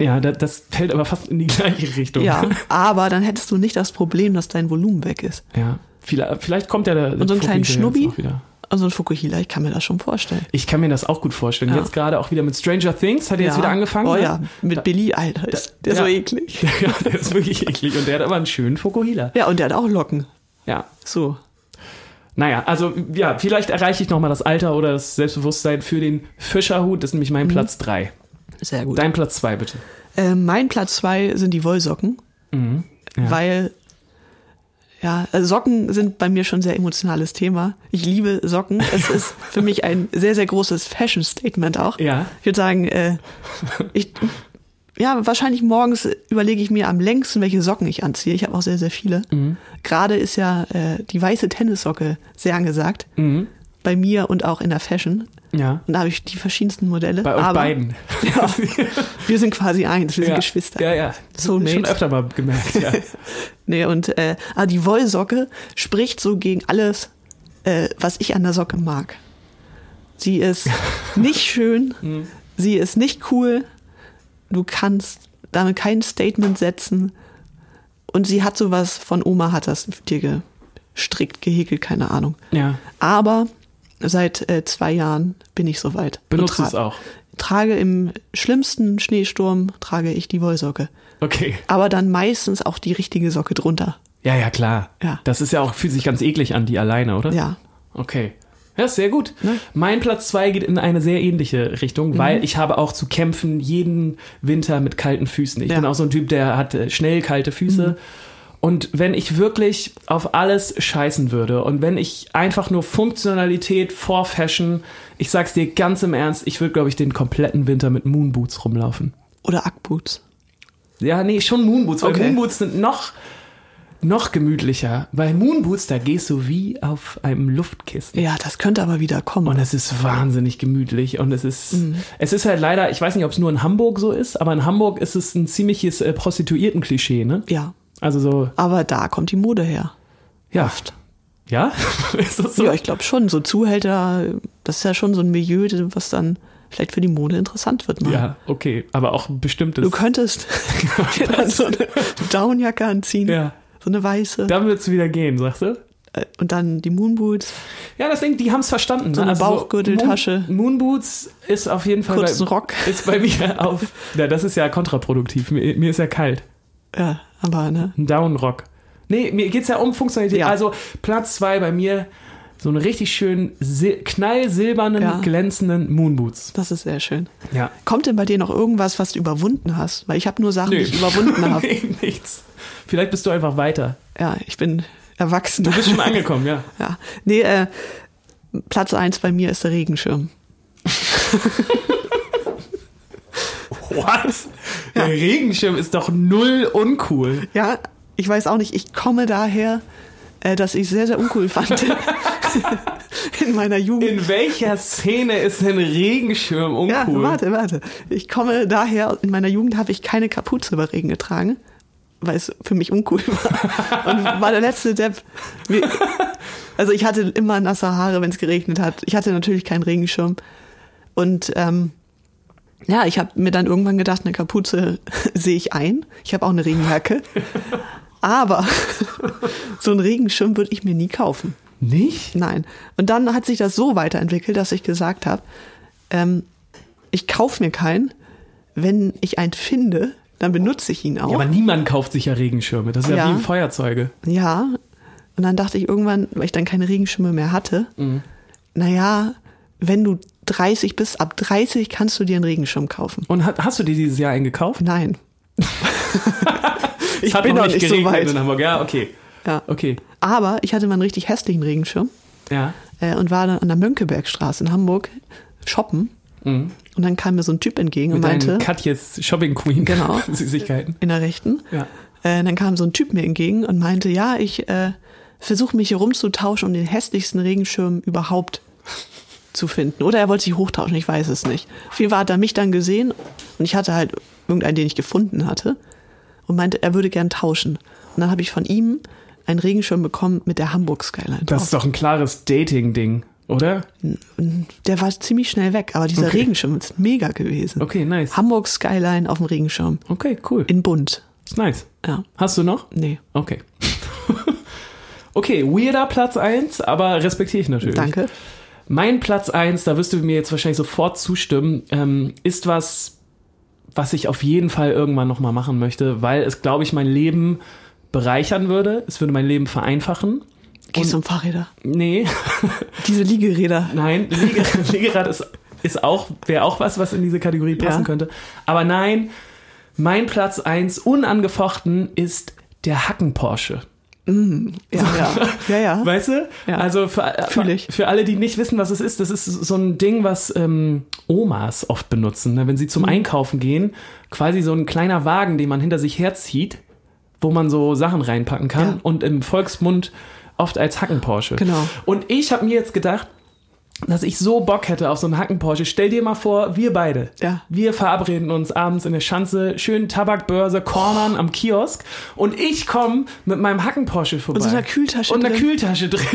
Speaker 3: ja, das, das fällt aber fast in die gleiche Richtung.
Speaker 2: Ja, aber dann hättest du nicht das Problem, dass dein Volumen weg ist.
Speaker 3: ja. Vielleicht, vielleicht kommt ja der.
Speaker 2: Und so einen kleinen Schnubbi?
Speaker 3: Wieder.
Speaker 2: Also ein Fukuhila, ich kann mir das schon vorstellen.
Speaker 3: Ich kann mir das auch gut vorstellen.
Speaker 2: Ja.
Speaker 3: Jetzt gerade auch wieder mit Stranger Things, hat er
Speaker 2: Ja.
Speaker 3: jetzt wieder angefangen.
Speaker 2: Oh
Speaker 3: ne?
Speaker 2: ja, mit Billy, Alter, ist der
Speaker 3: ja.
Speaker 2: so eklig.
Speaker 3: ja, der ist wirklich eklig. Und der hat aber einen schönen Fokuhila.
Speaker 2: Ja, und der hat auch Locken.
Speaker 3: Ja,
Speaker 2: So.
Speaker 3: Naja, also ja, vielleicht erreiche ich nochmal das Alter oder das Selbstbewusstsein für den Fischerhut. Das ist nämlich mein Platz 3.
Speaker 2: Sehr Mhm. gut.
Speaker 3: Dein Platz 2, bitte.
Speaker 2: äh, mein Platz zwei sind die Wollsocken.
Speaker 3: ja.
Speaker 2: Mhm. Weil, ja, also Socken sind bei mir schon ein sehr emotionales Thema. Ich liebe Socken. Es ist für mich ein sehr, sehr großes Fashion-Statement auch.
Speaker 3: Ja.
Speaker 2: Ich würde sagen, äh, ich, ja, wahrscheinlich morgens überlege ich mir am längsten, welche Socken ich anziehe. Ich habe auch sehr, sehr viele.
Speaker 3: Mhm.
Speaker 2: Gerade ist ja äh, die weiße Tennissocke sehr angesagt. Bei mir und auch in der Fashion.
Speaker 3: Mhm. Ja.
Speaker 2: Und da habe ich die verschiedensten Modelle.
Speaker 3: Bei euch
Speaker 2: Aber
Speaker 3: beiden.
Speaker 2: Ja, wir sind quasi eins, wir sind
Speaker 3: ja.
Speaker 2: Geschwister.
Speaker 3: Ja, ja. Das
Speaker 2: So
Speaker 3: hab ich schon
Speaker 2: Mates.
Speaker 3: öfter mal gemerkt. Ja.
Speaker 2: Nee, und äh, aber die Wollsocke spricht so gegen alles, äh, was ich an der Socke mag. Sie ist nicht schön,
Speaker 3: Hm.
Speaker 2: sie ist nicht cool, du kannst damit kein Statement setzen und sie hat sowas von Oma hat das dir gestrickt, gehäkelt, keine Ahnung.
Speaker 3: ja.
Speaker 2: Aber seit äh, zwei Jahren bin ich soweit. Und
Speaker 3: Benutzt
Speaker 2: tra-
Speaker 3: es auch.
Speaker 2: Trage im schlimmsten Schneesturm, trage ich die Wollsocke.
Speaker 3: Okay.
Speaker 2: Aber dann meistens auch die richtige Socke drunter.
Speaker 3: Ja, ja, klar.
Speaker 2: Ja.
Speaker 3: Das ist ja auch, fühlt sich ganz eklig an, die alleine, oder?
Speaker 2: Ja.
Speaker 3: Okay. Ja, ist sehr gut.
Speaker 2: Ne? Mhm.
Speaker 3: Mein Platz 2 geht in eine sehr ähnliche Richtung, weil ich habe auch zu kämpfen jeden Winter mit kalten Füßen. Ich
Speaker 2: Ja. Mhm.
Speaker 3: bin auch so ein Typ, der hat äh, schnell kalte Füße. Und wenn ich wirklich auf alles scheißen würde und wenn ich einfach nur Funktionalität vor Fashion, ich sag's dir ganz im Ernst, ich würde, glaube ich, den kompletten Winter mit Moonboots rumlaufen.
Speaker 2: Oder Ackboots.
Speaker 3: Ja, nee, schon Moonboots, weil
Speaker 2: Okay.
Speaker 3: Moonboots sind noch noch gemütlicher. Bei Moonboots, da gehst du wie auf einem Luftkissen.
Speaker 2: Ja, das könnte aber wieder kommen.
Speaker 3: Und es ist wahnsinnig gemütlich. Und es ist,
Speaker 2: Mhm.
Speaker 3: es ist halt leider, ich weiß nicht, ob es nur in Hamburg so ist, aber in Hamburg ist es ein ziemliches äh, Prostituierten-Klischee, ne?
Speaker 2: ja,
Speaker 3: Also so,
Speaker 2: aber da kommt die Mode her.
Speaker 3: ja. Ja? ist das so?
Speaker 2: Ja, ich glaube schon. So Zuhälter, das ist ja schon so ein Milieu, was dann vielleicht für die Mode interessant wird. Mal.
Speaker 3: ja, okay. Aber auch ein bestimmtes.
Speaker 2: Du könntest dir dann so eine Downjacke anziehen,
Speaker 3: Ja.
Speaker 2: so eine weiße
Speaker 3: Dann wird's wieder gehen, sagst du?
Speaker 2: äh, und dann die Moonboots,
Speaker 3: Ja, das Ding, die haben's verstanden. ne? Also
Speaker 2: So eine Bauchgürteltasche.
Speaker 3: Moon, Moonboots ist auf jeden Fall
Speaker 2: kurzen
Speaker 3: bei,
Speaker 2: Rock.
Speaker 3: ist bei mir auf. Ja, das ist ja kontraproduktiv. Mir, mir ist ja kalt.
Speaker 2: Ja, aber ne,
Speaker 3: Ein Downrock. Nee, mir geht's ja um Funktionalität.
Speaker 2: Ja.
Speaker 3: Also Platz zwei bei mir so einen richtig schönen sil knallsilbernen,
Speaker 2: Ja.
Speaker 3: glänzenden Moonboots.
Speaker 2: das ist sehr schön.
Speaker 3: Ja.
Speaker 2: Kommt denn bei dir noch irgendwas, was du überwunden hast? Weil ich habe nur Sachen, die ich überwunden habe.
Speaker 3: nee, nichts. Vielleicht bist du einfach weiter.
Speaker 2: Ja, ich bin erwachsen.
Speaker 3: Du bist schon angekommen, ja.
Speaker 2: Ja. Nee, äh, Platz eins bei mir ist der Regenschirm.
Speaker 3: What? Der Regenschirm ist doch null uncool.
Speaker 2: Ja, ich weiß auch nicht, ich komme daher, äh, dass ich sehr, sehr uncool fand. In meiner Jugend.
Speaker 3: In welcher Szene ist ein Regenschirm uncool?
Speaker 2: ja, warte, warte. Ich komme daher, in meiner Jugend habe ich keine Kapuze über Regen getragen, weil es für mich uncool war. Und war der letzte Depp. Wir- Also ich hatte immer nasse Haare, wenn es geregnet hat. Ich hatte natürlich keinen Regenschirm. Und ähm, ja, ich habe mir dann irgendwann gedacht, eine Kapuze sehe ich ein. Ich habe auch eine Regenjacke. Aber so einen Regenschirm würde ich mir nie kaufen.
Speaker 3: Nicht?
Speaker 2: Nein. Und dann hat sich das so weiterentwickelt, dass ich gesagt habe, ähm, ich kaufe mir keinen. Wenn ich einen finde, dann benutze ich ihn auch.
Speaker 3: Ja, aber
Speaker 2: Ja,
Speaker 3: niemand kauft sich ja Regenschirme. Das ist ja,
Speaker 2: Ja.
Speaker 3: wie ein Feuerzeuge.
Speaker 2: Und dann dachte ich irgendwann, weil ich dann keine Regenschirme mehr hatte, naja, wenn du 30 bist, ab 30 kannst du dir einen Regenschirm kaufen.
Speaker 3: Und ha- hast du dir dieses Jahr einen gekauft?
Speaker 2: Nein.
Speaker 3: Ich
Speaker 2: bin noch nicht so weit.
Speaker 3: in Hamburg. Ja, okay.
Speaker 2: Ja.
Speaker 3: ne? Okay.
Speaker 2: Aber ich hatte mal einen richtig hässlichen Regenschirm
Speaker 3: Ja.
Speaker 2: äh, und war dann an der Mönckebergstraße in Hamburg shoppen. Und dann kam mir so ein Typ entgegen und
Speaker 3: Mhm. Mit
Speaker 2: meinte,
Speaker 3: deinen Katjes Shopping Queen
Speaker 2: Genau.
Speaker 3: Süßigkeiten.
Speaker 2: in der rechten.
Speaker 3: Ja.
Speaker 2: Äh, dann kam so ein Typ mir entgegen und meinte, ja, ich äh, versuche mich hier rumzutauschen, um den hässlichsten Regenschirm überhaupt zu finden. Oder er wollte sich hochtauschen, ich weiß es nicht. Auf jeden Fall hat er mich dann gesehen und ich hatte halt irgendeinen, den ich gefunden hatte und meinte, er würde gern tauschen. Und dann habe ich von ihm einen Regenschirm bekommen mit der Hamburg Skyline.
Speaker 3: Das ist
Speaker 2: drauf.
Speaker 3: doch ein klares Dating-Ding, oder?
Speaker 2: Der war ziemlich schnell weg, aber dieser
Speaker 3: Okay.
Speaker 2: Regenschirm ist mega gewesen.
Speaker 3: Okay, nice.
Speaker 2: Hamburg Skyline auf dem Regenschirm.
Speaker 3: Okay, cool.
Speaker 2: In bunt.
Speaker 3: Ist nice.
Speaker 2: Ja,
Speaker 3: Hast du noch?
Speaker 2: nee.
Speaker 3: Okay. okay, weirder Platz 1, aber respektiere ich natürlich.
Speaker 2: Danke.
Speaker 3: Mein Platz eins, da wirst du mir jetzt wahrscheinlich sofort zustimmen, ähm, ist was, was ich auf jeden Fall irgendwann nochmal machen möchte, weil es, glaube ich, mein Leben bereichern würde. Es würde mein Leben vereinfachen.
Speaker 2: Gehst um Fahrräder.
Speaker 3: Nee,
Speaker 2: Diese Liegeräder.
Speaker 3: nein, Liege, Liegerad ist, ist auch, wäre auch was, was in diese Kategorie passen
Speaker 2: Ja.
Speaker 3: könnte. Aber nein, mein Platz eins unangefochten ist der Hacken Porsche.
Speaker 2: Ja, ja. ja, ja.
Speaker 3: Weißt du?
Speaker 2: Ja.
Speaker 3: Also für,
Speaker 2: Fühl ich.
Speaker 3: für alle, die nicht wissen, was es ist, das ist so ein Ding, was ähm, Omas oft benutzen, ne? wenn sie
Speaker 2: Mhm.
Speaker 3: zum Einkaufen gehen. Quasi so ein kleiner Wagen, den man hinter sich herzieht, wo man so Sachen reinpacken kann
Speaker 2: Ja.
Speaker 3: und im Volksmund oft als Hacken-Porsche.
Speaker 2: Genau.
Speaker 3: Und ich habe mir jetzt gedacht, dass ich so Bock hätte auf so einen Hacken-Porsche. Stell dir mal vor, wir beide.
Speaker 2: Ja.
Speaker 3: Wir verabreden uns abends in der Schanze, schön Tabakbörse, Kornern am Kiosk und ich komme mit meinem Hacken-Porsche vorbei.
Speaker 2: so einer Kühltasche
Speaker 3: Und einer
Speaker 2: drin.
Speaker 3: Kühltasche drin.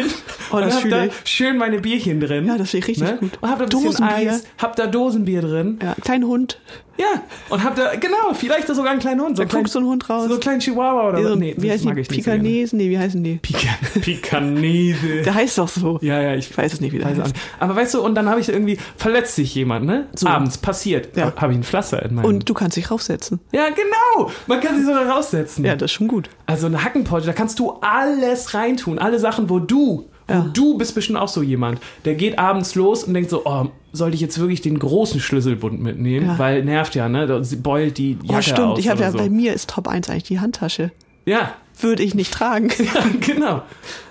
Speaker 2: Oh, das
Speaker 3: und hab
Speaker 2: fühl
Speaker 3: da
Speaker 2: ich.
Speaker 3: schön meine Bierchen drin. ne?
Speaker 2: Ja, das finde ich richtig gut.
Speaker 3: Und hab da ein bisschen
Speaker 2: Dosenbier.
Speaker 3: Eis, hab da Dosenbier drin.
Speaker 2: Ja, kleinen Hund.
Speaker 3: Ja, und hab da, genau, vielleicht sogar einen kleinen Hund. So
Speaker 2: Da guckt so ein Hund raus.
Speaker 3: So einen kleinen Chihuahua oder
Speaker 2: Nee, so,
Speaker 3: Nee,
Speaker 2: wie
Speaker 3: das
Speaker 2: heißen
Speaker 3: mag
Speaker 2: die?
Speaker 3: ich nicht so gerne.
Speaker 2: Pikanesen? nee, wie heißen die?
Speaker 3: Pikan- Pikanese.
Speaker 2: Der heißt doch so.
Speaker 3: Ja, ja, ich
Speaker 2: Ich weiß es nicht, wie der
Speaker 3: weiß auch
Speaker 2: heißt.
Speaker 3: nicht. Aber weißt du, und dann habe ich irgendwie, verletzt sich jemand, ne? Abends, passiert.
Speaker 2: Ja.
Speaker 3: Habe ich ein Pflaster in meinem...
Speaker 2: Und du kannst dich raufsetzen.
Speaker 3: ja, genau. Man kann sich sogar raussetzen.
Speaker 2: Ja, das ist schon gut.
Speaker 3: Also eine Hackenporsche, da kannst du alles reintun, alle Sachen, wo du, wo
Speaker 2: Ja.
Speaker 3: du bist bestimmt auch so jemand, der geht abends los und denkt so, oh, sollte ich jetzt wirklich den großen Schlüsselbund mitnehmen,
Speaker 2: Ja.
Speaker 3: weil nervt ja, ne? Da beult die Jacke
Speaker 2: Ja, stimmt.
Speaker 3: aus
Speaker 2: ich habe
Speaker 3: oder
Speaker 2: ja
Speaker 3: so.
Speaker 2: bei mir ist Top 1 eigentlich die Handtasche.
Speaker 3: Ja,
Speaker 2: Würde ich nicht tragen.
Speaker 3: genau.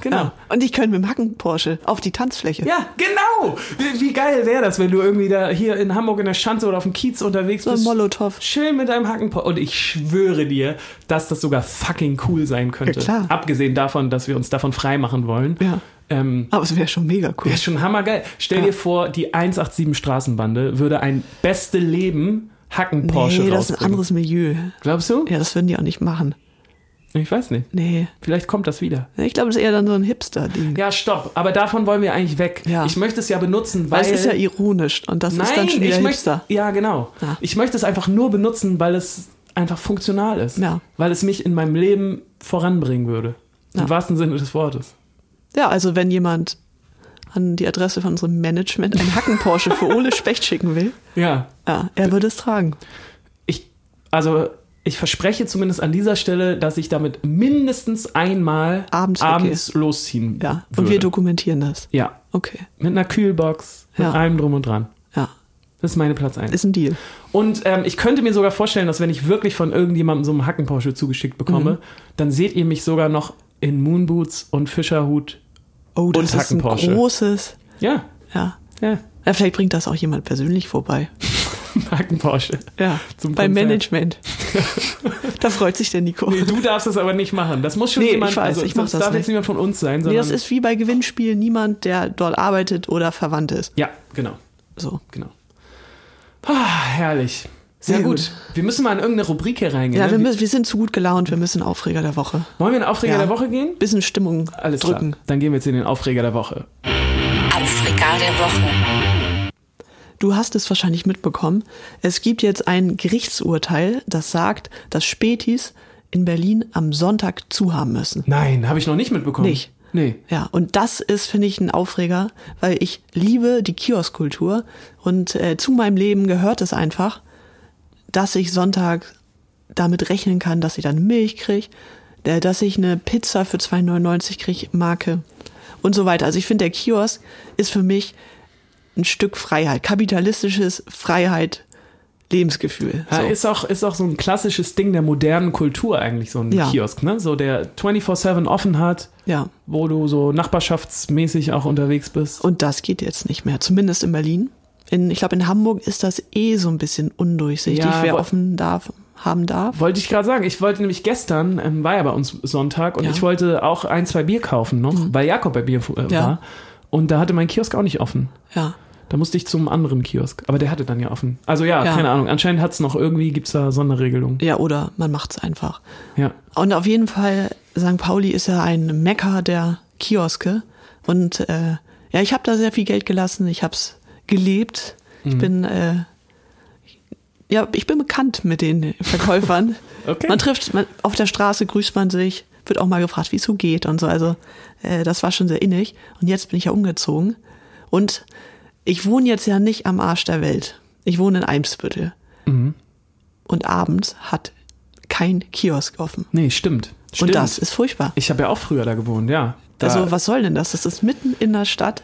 Speaker 3: Genau.
Speaker 2: Ja. Und ich könnte mit dem Hacken Porsche auf die Tanzfläche.
Speaker 3: Ja, genau! Wie, wie geil wäre das, wenn du irgendwie da hier in Hamburg in der Schanze oder auf dem Kiez unterwegs
Speaker 2: So ein
Speaker 3: bist?
Speaker 2: Molotow.
Speaker 3: Chill mit deinem Hackenpot. Und ich schwöre dir, dass das sogar fucking cool sein könnte.
Speaker 2: Ja, klar.
Speaker 3: Abgesehen davon, dass wir uns davon freimachen wollen.
Speaker 2: Ja.
Speaker 3: Ähm,
Speaker 2: Aber es wäre schon mega cool.
Speaker 3: wäre schon hammergeil. Stell dir vor, die 187 Straßenbande würde ein beste Leben Hacken Porsche
Speaker 2: nee, das ist ein
Speaker 3: rausbringen.
Speaker 2: anderes Milieu.
Speaker 3: Glaubst du?
Speaker 2: Ja, das würden die auch nicht machen.
Speaker 3: Ich weiß nicht.
Speaker 2: Nee.
Speaker 3: Vielleicht kommt das wieder.
Speaker 2: Ich glaube, das ist eher dann so ein Hipster-Ding.
Speaker 3: Ja, stopp. Aber davon wollen wir eigentlich weg.
Speaker 2: Ja.
Speaker 3: Ich möchte es ja benutzen, weil
Speaker 2: Weil es ist ja ironisch und das
Speaker 3: Nein,
Speaker 2: ist dann schon wieder
Speaker 3: ich
Speaker 2: Hipster.
Speaker 3: Möchte, ja, genau.
Speaker 2: Ja.
Speaker 3: Ich möchte es einfach nur benutzen, weil es einfach funktional ist.
Speaker 2: Ja.
Speaker 3: Weil es mich in meinem Leben voranbringen würde.
Speaker 2: Ja.
Speaker 3: Im wahrsten Sinne des Wortes.
Speaker 2: Ja, also wenn jemand an die Adresse von unserem Management einen Hacken-Porsche für Ole Specht schicken will,
Speaker 3: Ja.
Speaker 2: ja, er würde es tragen.
Speaker 3: Ich, also, ich verspreche zumindest an dieser Stelle, dass ich damit mindestens einmal
Speaker 2: Abends
Speaker 3: losziehen
Speaker 2: Ja. Und
Speaker 3: würde.
Speaker 2: wir dokumentieren das.
Speaker 3: ja.
Speaker 2: Okay.
Speaker 3: Mit einer Kühlbox, mit
Speaker 2: Ja.
Speaker 3: allem drum und dran.
Speaker 2: Ja.
Speaker 3: Das ist meine Platz 1.
Speaker 2: Ist ein Deal.
Speaker 3: Und ähm, ich könnte mir sogar vorstellen, dass wenn ich wirklich von irgendjemandem so einen Hackenporsche zugeschickt
Speaker 2: Mhm.
Speaker 3: bekomme, dann seht ihr mich sogar noch in Moonboots und Fischerhut.
Speaker 2: Oh,
Speaker 3: Und
Speaker 2: das ist ein
Speaker 3: Hacken-Porsche.
Speaker 2: großes.
Speaker 3: Ja,
Speaker 2: Ja.
Speaker 3: ja,
Speaker 2: ja. Vielleicht bringt das auch jemand persönlich vorbei.
Speaker 3: Hackenporsche.
Speaker 2: Ja.
Speaker 3: Zum
Speaker 2: Beim
Speaker 3: Konzert.
Speaker 2: Management. da freut sich der Nico.
Speaker 3: Nee, du darfst das aber nicht machen. Das muss schon
Speaker 2: Nee, ich
Speaker 3: jemand,
Speaker 2: weiß,
Speaker 3: also
Speaker 2: ich mach
Speaker 3: das
Speaker 2: das
Speaker 3: darf
Speaker 2: nicht.
Speaker 3: jetzt niemand von uns sein, sondern
Speaker 2: Nee, das ist wie bei Gewinnspielen niemand, der dort arbeitet oder verwandt ist.
Speaker 3: ja, genau,
Speaker 2: So.
Speaker 3: genau. Ah, herrlich. Sehr,
Speaker 2: Sehr
Speaker 3: gut.
Speaker 2: gut.
Speaker 3: Wir müssen mal in irgendeine Rubrik hier reingehen.
Speaker 2: Ja,
Speaker 3: ne?
Speaker 2: wir, müssen, wir sind zu gut gelaunt, wir müssen Aufreger der Woche.
Speaker 3: Wollen wir in den Aufreger
Speaker 2: Ja.
Speaker 3: der Woche gehen?
Speaker 2: Bisschen Stimmung
Speaker 3: Alles
Speaker 2: drücken.
Speaker 3: klar. Dann gehen wir jetzt in den Aufreger der Woche.
Speaker 1: Aufreger der Woche.
Speaker 2: Du hast es wahrscheinlich mitbekommen. Es gibt jetzt ein Gerichtsurteil, das sagt, dass Spätis in Berlin am Sonntag zu haben müssen.
Speaker 3: Nein, habe ich noch nicht mitbekommen.
Speaker 2: Nicht.
Speaker 3: Nee.
Speaker 2: Ja, und das ist, finde ich, ein Aufreger, weil ich liebe die Kioskkultur und äh, zu meinem Leben gehört es einfach, dass ich Sonntag damit rechnen kann, dass ich dann Milch kriege, äh, dass ich eine Pizza für 2,99 kriege, Marke und so weiter. Also ich finde, der Kiosk ist für mich ein Stück Freiheit, kapitalistisches Freiheit, Lebensgefühl.
Speaker 3: Ja,
Speaker 2: So.
Speaker 3: Ist, auch, ist auch so ein klassisches Ding der modernen Kultur eigentlich, so ein
Speaker 2: Ja.
Speaker 3: Kiosk, ne? So der 24-7 offen hat,
Speaker 2: ja,
Speaker 3: wo du so nachbarschaftsmäßig auch unterwegs bist.
Speaker 2: und das geht jetzt nicht mehr, zumindest in Berlin. In, ich glaube, in Hamburg ist das eh so ein bisschen undurchsichtig,
Speaker 3: Ja,
Speaker 2: wer
Speaker 3: wo-
Speaker 2: offen darf, haben darf.
Speaker 3: Wollte ich gerade sagen, ich wollte nämlich gestern, ähm, war ja bei uns Sonntag und
Speaker 2: Ja. Mhm.
Speaker 3: ich wollte auch ein, zwei Bier kaufen noch, weil Jakob bei Bier äh,
Speaker 2: Ja.
Speaker 3: war. Und da hatte mein Kiosk auch nicht offen.
Speaker 2: Ja.
Speaker 3: Da musste ich zum anderen Kiosk. Aber der hatte dann ja offen. Also ja,
Speaker 2: Ja.
Speaker 3: keine Ahnung. Anscheinend hat's noch irgendwie, gibt's da Sonderregelungen.
Speaker 2: Ja, oder man macht's einfach.
Speaker 3: Ja.
Speaker 2: Und auf jeden Fall, St. Pauli ist ja ein Mekka der Kioske. Und äh, ja, ich habe da sehr viel Geld gelassen. Ich hab's gelebt. Ich bin äh, ja, ich bin bekannt mit den Verkäufern.
Speaker 3: Okay.
Speaker 2: Man trifft man, auf der Straße grüßt man sich, wird auch mal gefragt, wie es so geht und so. Also äh, das war schon sehr innig. Und jetzt bin ich ja umgezogen und ich wohne jetzt ja nicht am Arsch der Welt. Ich wohne in Eimsbüttel. Und abends hat kein Kiosk offen.
Speaker 3: Nee, stimmt. stimmt.
Speaker 2: Und das ist furchtbar.
Speaker 3: Ich habe ja auch früher da gewohnt, ja. Da,
Speaker 2: also was soll denn das? Das ist mitten in der Stadt.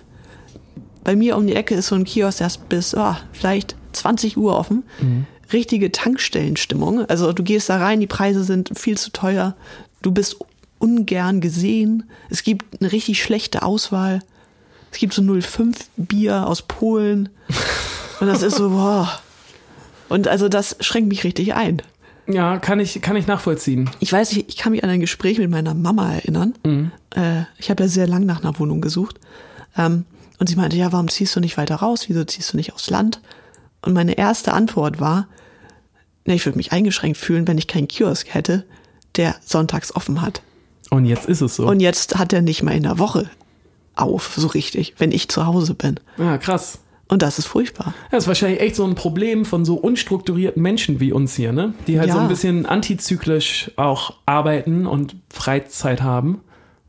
Speaker 2: Bei mir um die Ecke ist so ein Kiosk erst bis ah, vielleicht 20 Uhr offen.
Speaker 3: Mhm.
Speaker 2: Richtige Tankstellenstimmung. Also du gehst da rein, die Preise sind viel zu teuer. Du bist ungern gesehen. Es gibt eine richtig schlechte Auswahl. Es gibt so 05 Bier aus Polen. Und das ist so, boah. Und also das schränkt mich richtig ein.
Speaker 3: Ja, kann ich, kann ich nachvollziehen.
Speaker 2: Ich weiß nicht, ich kann mich an ein Gespräch mit meiner Mama erinnern. Äh, ich habe ja sehr lang nach einer Wohnung gesucht. Ähm, und sie meinte, ja, warum ziehst du nicht weiter raus? Wieso ziehst du nicht aufs Land? Und meine erste Antwort war, ne, ich würde mich eingeschränkt fühlen, wenn ich keinen Kiosk hätte, der sonntags offen hat.
Speaker 3: Und jetzt ist es so.
Speaker 2: Und jetzt hat er nicht mal in der Woche auf, so richtig, wenn ich zu Hause bin.
Speaker 3: ja, krass.
Speaker 2: Und das ist furchtbar.
Speaker 3: Das ist wahrscheinlich echt so ein Problem von so unstrukturierten Menschen wie uns hier, ne? Die halt so
Speaker 2: Ja.
Speaker 3: ein bisschen antizyklisch auch arbeiten und Freizeit haben.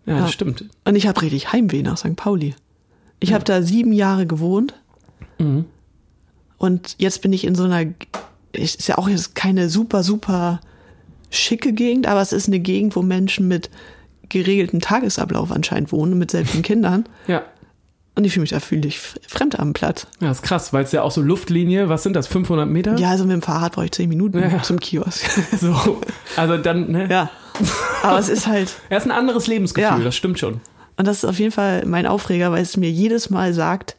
Speaker 3: Ja,
Speaker 2: Ja.
Speaker 3: das stimmt.
Speaker 2: Und ich habe richtig Heimweh nach St. Pauli. Ich habe da sieben Jahre gewohnt. Und jetzt bin ich in so einer, es ist ja auch jetzt keine super, super schicke Gegend, aber es ist eine Gegend, wo Menschen mit geregeltem Tagesablauf anscheinend wohnen, mit selbsten Kindern.
Speaker 3: Ja.
Speaker 2: Und ich fühle mich da völlig f- fremd am Platz.
Speaker 3: Ja, ist krass, weil es ja auch so Luftlinie, was sind das, 500 Meter?
Speaker 2: Ja, also mit dem Fahrrad brauche ich zehn Minuten
Speaker 3: Ja.
Speaker 2: zum Kiosk.
Speaker 3: So. Also dann, ne?
Speaker 2: ja, Aber es ist halt,
Speaker 3: Er ist ein anderes Lebensgefühl,
Speaker 2: Ja.
Speaker 3: das stimmt schon.
Speaker 2: und das ist auf jeden Fall mein Aufreger, weil es mir jedes Mal sagt,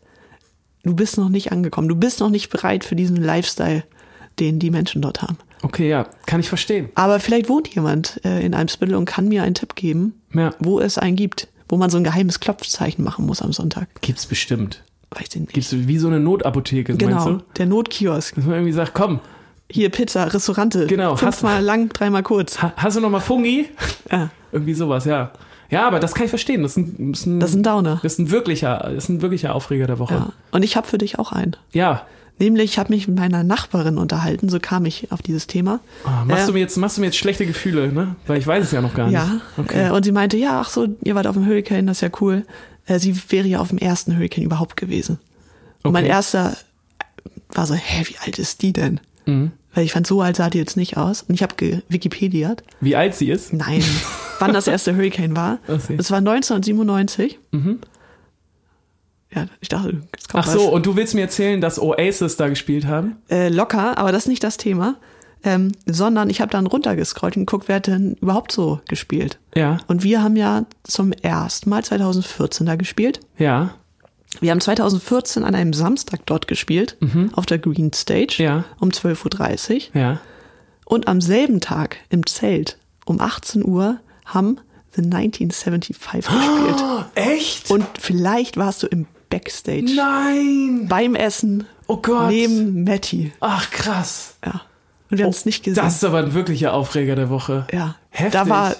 Speaker 2: du bist noch nicht angekommen, du bist noch nicht bereit für diesen Lifestyle, den die Menschen dort haben.
Speaker 3: Okay, ja, kann ich verstehen.
Speaker 2: Aber vielleicht wohnt jemand äh, in Eimsbüttel und kann mir einen Tipp geben,
Speaker 3: Ja.
Speaker 2: wo es einen gibt, wo man so ein geheimes Klopfzeichen machen muss am Sonntag.
Speaker 3: Gibt's bestimmt.
Speaker 2: Weiß ich nicht.
Speaker 3: Gibt's wie so eine Notapotheke, meinst
Speaker 2: genau,
Speaker 3: du?
Speaker 2: der Notkiosk.
Speaker 3: Dass man irgendwie sagt, komm,
Speaker 2: Hier Pizza, Restaurante.
Speaker 3: Genau,
Speaker 2: Fünfmal lang, dreimal kurz.
Speaker 3: ha, hast du noch mal Fungi?
Speaker 2: Ja,
Speaker 3: Irgendwie sowas, ja. Ja, aber das kann ich verstehen. Das ist ein, ist ein,
Speaker 2: das ist ein Downer.
Speaker 3: das ist ein wirklicher, das ist ein wirklicher Aufreger der Woche.
Speaker 2: Ja. Und ich habe für dich auch einen.
Speaker 3: Ja.
Speaker 2: Nämlich, ich habe mich mit meiner Nachbarin unterhalten, so kam ich auf dieses Thema.
Speaker 3: Ah, machst,
Speaker 2: Äh,
Speaker 3: du mir jetzt, machst du mir jetzt schlechte Gefühle, ne? Weil ich weiß es ja noch gar nicht.
Speaker 2: Ja,
Speaker 3: Okay.
Speaker 2: äh, und sie meinte, ja, ach so, ihr wart auf dem Hurricane, das ist ja cool. Äh, sie wäre ja auf dem ersten Hurricane überhaupt gewesen. Und mein
Speaker 3: Okay.
Speaker 2: erster war so, hä, wie alt ist die denn?
Speaker 3: Mhm.
Speaker 2: Weil ich fand, so alt sah die jetzt nicht aus. Und ich habe Wikipediat.
Speaker 3: Wie alt sie ist?
Speaker 2: Nein, wann das erste Hurricane war.
Speaker 3: Ach so. Mhm.
Speaker 2: Es war 1997. Ja, ich dachte, es kommt
Speaker 3: Ach so, und du willst mir erzählen, dass Oasis da gespielt haben?
Speaker 2: was. Äh, locker, aber das ist nicht das Thema. Ähm, sondern ich habe dann runtergescrollt und geguckt, wer hat denn überhaupt so gespielt.
Speaker 3: Ja.
Speaker 2: Und wir haben ja zum ersten Mal 2014 da gespielt.
Speaker 3: Ja.
Speaker 2: Wir haben 2014 an einem Samstag dort gespielt, auf der Green Stage
Speaker 3: Mhm. Ja.
Speaker 2: um 12.30 Uhr.
Speaker 3: Ja.
Speaker 2: Und am selben Tag im Zelt um 18 Uhr haben The 1975 gespielt.
Speaker 3: Echt?
Speaker 2: Und vielleicht warst du im Backstage
Speaker 3: Nein!
Speaker 2: beim Essen
Speaker 3: Oh Gott!
Speaker 2: neben Matty.
Speaker 3: Ach krass.
Speaker 2: Ja. Und wir haben es nicht gesehen.
Speaker 3: Das ist aber ein wirklicher Aufreger der Woche.
Speaker 2: ja.
Speaker 3: Heftig.
Speaker 2: Da war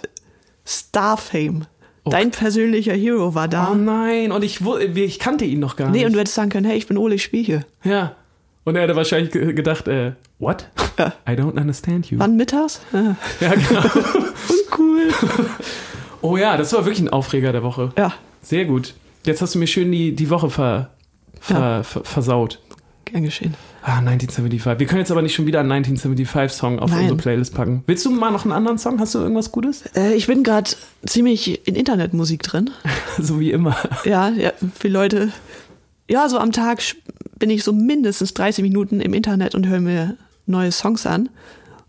Speaker 2: Starfame. Dein persönlicher Hero war da.
Speaker 3: Oh nein, und ich, wu- ich kannte ihn noch gar
Speaker 2: nee, und
Speaker 3: nicht.
Speaker 2: du hättest sagen können, hey, ich bin Ole, ich spiele hier.
Speaker 3: ja. Und er hätte wahrscheinlich ge- gedacht, äh, what?
Speaker 2: Ja.
Speaker 3: I don't understand you.
Speaker 2: Wann mittags? Ja.
Speaker 3: Ja, genau.
Speaker 2: Cool.
Speaker 3: Oh ja, das war wirklich ein Aufreger der Woche.
Speaker 2: Ja,
Speaker 3: Sehr gut. Jetzt hast du mir schön die, die Woche ver, ver, ver, versaut.
Speaker 2: gern geschehen.
Speaker 3: Ah, 1975. Wir können jetzt aber nicht schon wieder einen 1975-Song auf
Speaker 2: Nein.
Speaker 3: unsere Playlist packen. Willst du mal noch einen anderen Song? Hast du irgendwas Gutes?
Speaker 2: Äh, ich bin gerade ziemlich in Internetmusik drin.
Speaker 3: so wie immer.
Speaker 2: Ja, ja, für Leute. Ja, so am Tag sch- bin ich so mindestens 30 Minuten im Internet und höre mir neue Songs an.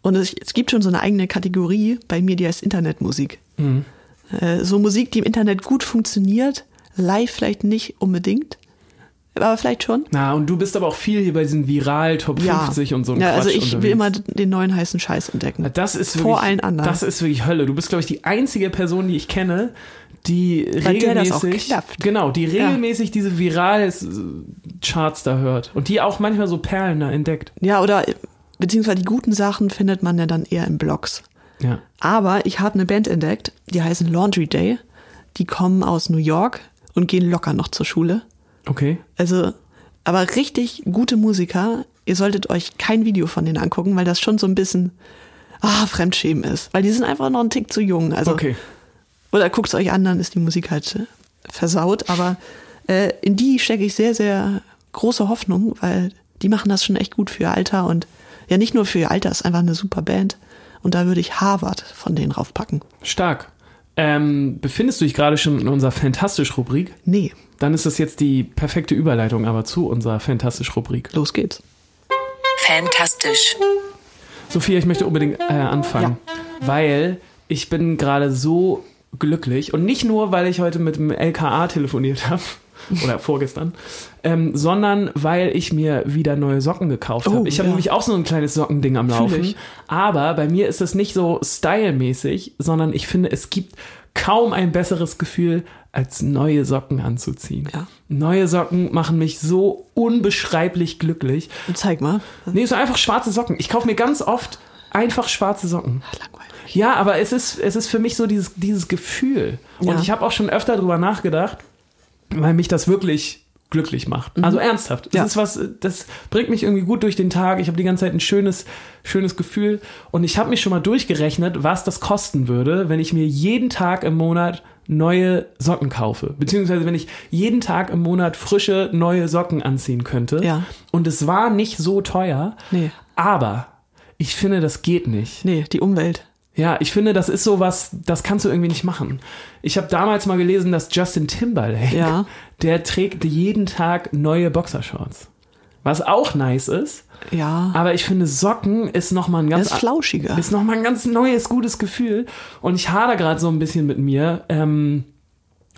Speaker 2: Und es, es gibt schon so eine eigene Kategorie bei mir, die heißt Internetmusik.
Speaker 3: Mhm.
Speaker 2: Äh, so Musik, die im Internet gut funktioniert, live vielleicht nicht unbedingt, aber vielleicht schon.
Speaker 3: Na, und du bist aber auch viel hier bei diesen viral Top 50 und so ein
Speaker 2: ja also
Speaker 3: Quatsch
Speaker 2: ich will
Speaker 3: unterwegs.
Speaker 2: immer den neuen heißen Scheiß entdecken.
Speaker 3: Das ist wirklich,
Speaker 2: Vor allen anderen.
Speaker 3: Das ist wirklich Hölle. Du bist, glaube ich, die einzige Person, die ich kenne, die
Speaker 2: Bei der das auch
Speaker 3: regelmäßig,
Speaker 2: klappt.
Speaker 3: genau, die regelmäßig diese Viral-Charts da hört und die auch manchmal so Perlen da entdeckt.
Speaker 2: Ja, oder beziehungsweise die guten Sachen findet man ja dann eher in Blogs.
Speaker 3: Ja.
Speaker 2: Aber ich habe eine Band entdeckt, die heißen Laundry Day. Die kommen aus New York und gehen locker noch zur Schule.
Speaker 3: Okay.
Speaker 2: Also, aber richtig gute Musiker. Ihr solltet euch kein Video von denen angucken, weil das schon so ein bisschen ah, Fremdschämen ist. Weil die sind einfach noch einen Tick zu jung. Also,
Speaker 3: Okay.
Speaker 2: Oder guckt es euch an, dann ist die Musik halt äh, versaut. Aber äh, in die stecke ich sehr, sehr große Hoffnung, weil die machen das schon echt gut für ihr Alter und ja, nicht nur für ihr Alter, ist einfach eine super Band. Und da würde ich Harvard von denen raufpacken.
Speaker 3: Stark. Ähm, befindest du dich gerade schon in unserer Fantastisch-Rubrik?
Speaker 2: Nee,
Speaker 3: Dann ist das jetzt die perfekte Überleitung aber zu unserer Fantastisch-Rubrik.
Speaker 2: los geht's.
Speaker 1: Fantastisch.
Speaker 3: Sophia, ich möchte unbedingt äh, anfangen, weil ich bin gerade so glücklich und nicht nur, weil ich heute mit dem LKA telefoniert habe oder vorgestern, ähm, sondern weil ich mir wieder neue Socken gekauft habe.
Speaker 2: Oh,
Speaker 3: ich habe
Speaker 2: ja.
Speaker 3: nämlich auch so ein kleines Sockending am Laufen,
Speaker 2: ich.
Speaker 3: aber bei mir ist das nicht so stylmäßig, sondern ich finde, es gibt kaum ein besseres Gefühl, als neue Socken anzuziehen.
Speaker 2: Ja.
Speaker 3: Neue Socken machen mich so unbeschreiblich glücklich.
Speaker 2: Zeig mal.
Speaker 3: Nee, so einfach schwarze Socken. Ich kaufe mir ganz oft einfach schwarze Socken.
Speaker 2: Langweilig.
Speaker 3: Ja, aber es ist, es ist für mich so dieses, dieses Gefühl.
Speaker 2: Ja.
Speaker 3: Und ich habe auch schon öfter drüber nachgedacht, weil mich das wirklich glücklich macht. Also ernsthaft. Das
Speaker 2: Mhm. Ja.
Speaker 3: ist was, das bringt mich irgendwie gut durch den Tag. Ich habe die ganze Zeit ein schönes, schönes Gefühl. Und ich habe mich schon mal durchgerechnet, was das kosten würde, wenn ich mir jeden Tag im Monat neue Socken kaufe. Beziehungsweise wenn ich jeden Tag im Monat frische, neue Socken anziehen könnte.
Speaker 2: Ja.
Speaker 3: Und es war nicht so teuer.
Speaker 2: Nee.
Speaker 3: Aber ich finde, das geht nicht.
Speaker 2: Nee, die Umwelt.
Speaker 3: Ja, ich finde, das ist sowas, das kannst du irgendwie nicht machen. Ich habe damals mal gelesen, dass Justin Timberlake,
Speaker 2: Ja.
Speaker 3: der trägt jeden Tag neue Boxershorts. was auch nice ist.
Speaker 2: Ja.
Speaker 3: Aber ich finde, Socken ist nochmal ein ganz.
Speaker 2: Das ist flauschiger.
Speaker 3: Ist nochmal ein ganz neues, gutes Gefühl. Und ich hader gerade so ein bisschen mit mir, ähm,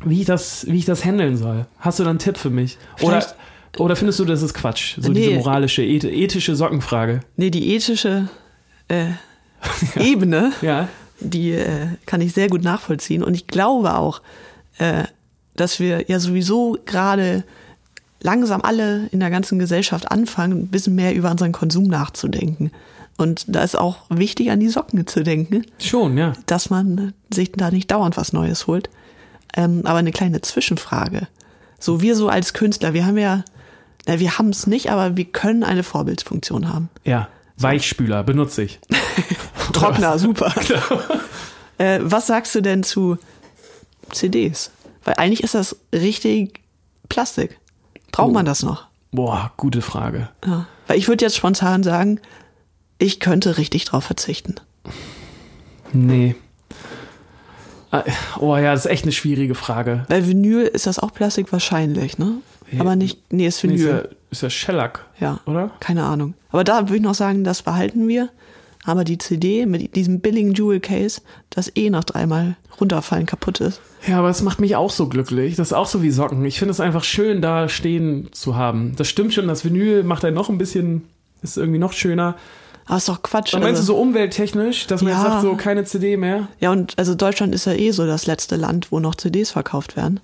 Speaker 3: wie, ich das, wie ich das handeln soll. Hast du da einen Tipp für mich? Oder,
Speaker 2: Vielleicht-
Speaker 3: oder findest du, das ist Quatsch? So diese
Speaker 2: Nee.
Speaker 3: moralische, eth ethische Sockenfrage.
Speaker 2: Nee, die ethische äh, Ebene,
Speaker 3: Ja.
Speaker 2: die äh, kann ich sehr gut nachvollziehen. Und ich glaube auch, äh, dass wir ja sowieso gerade langsam alle in der ganzen Gesellschaft anfangen, ein bisschen mehr über unseren Konsum nachzudenken. Und da ist auch wichtig, an die Socken zu denken,
Speaker 3: Schon, ja.
Speaker 2: dass man sich da nicht dauernd was Neues holt. Ähm, aber eine kleine Zwischenfrage. So, wir so als Künstler, wir haben ja, na, wir haben es nicht, aber wir können eine Vorbildfunktion haben.
Speaker 3: Ja. Weichspüler benutze ich. Genau.
Speaker 2: Trockner, super. äh, was sagst du denn zu CDs? Weil eigentlich ist das richtig Plastik. Braucht
Speaker 3: Oh.
Speaker 2: man das noch?
Speaker 3: Boah, gute Frage.
Speaker 2: Ja. Weil ich würde jetzt spontan sagen, ich könnte richtig drauf verzichten.
Speaker 3: Nee. Ah, Oh ja, das ist echt eine schwierige Frage.
Speaker 2: Weil Vinyl ist das auch Plastik wahrscheinlich, ne? Aber nicht, nee, ist
Speaker 3: Nee, ist, ja,
Speaker 2: Vinyl.
Speaker 3: ist ja Shellac,
Speaker 2: ja,
Speaker 3: oder?
Speaker 2: Keine Ahnung. Aber da würde ich noch sagen, das behalten wir. Aber die CD mit diesem billigen Jewel Case, das eh nach dreimal runterfallen kaputt ist.
Speaker 3: Ja, aber es macht mich auch so glücklich. Das ist auch so wie Socken. Ich finde es einfach schön, da stehen zu haben. Das stimmt schon, das Vinyl macht einen noch ein bisschen, ist irgendwie noch schöner.
Speaker 2: Aber ist doch Quatsch.
Speaker 3: Aber meinst du
Speaker 2: also-
Speaker 3: so umwelttechnisch, dass man jetzt
Speaker 2: Ja.
Speaker 3: sagt, so keine CD mehr?
Speaker 2: Ja, und also Deutschland ist ja eh so das letzte Land, wo noch CDs verkauft werden.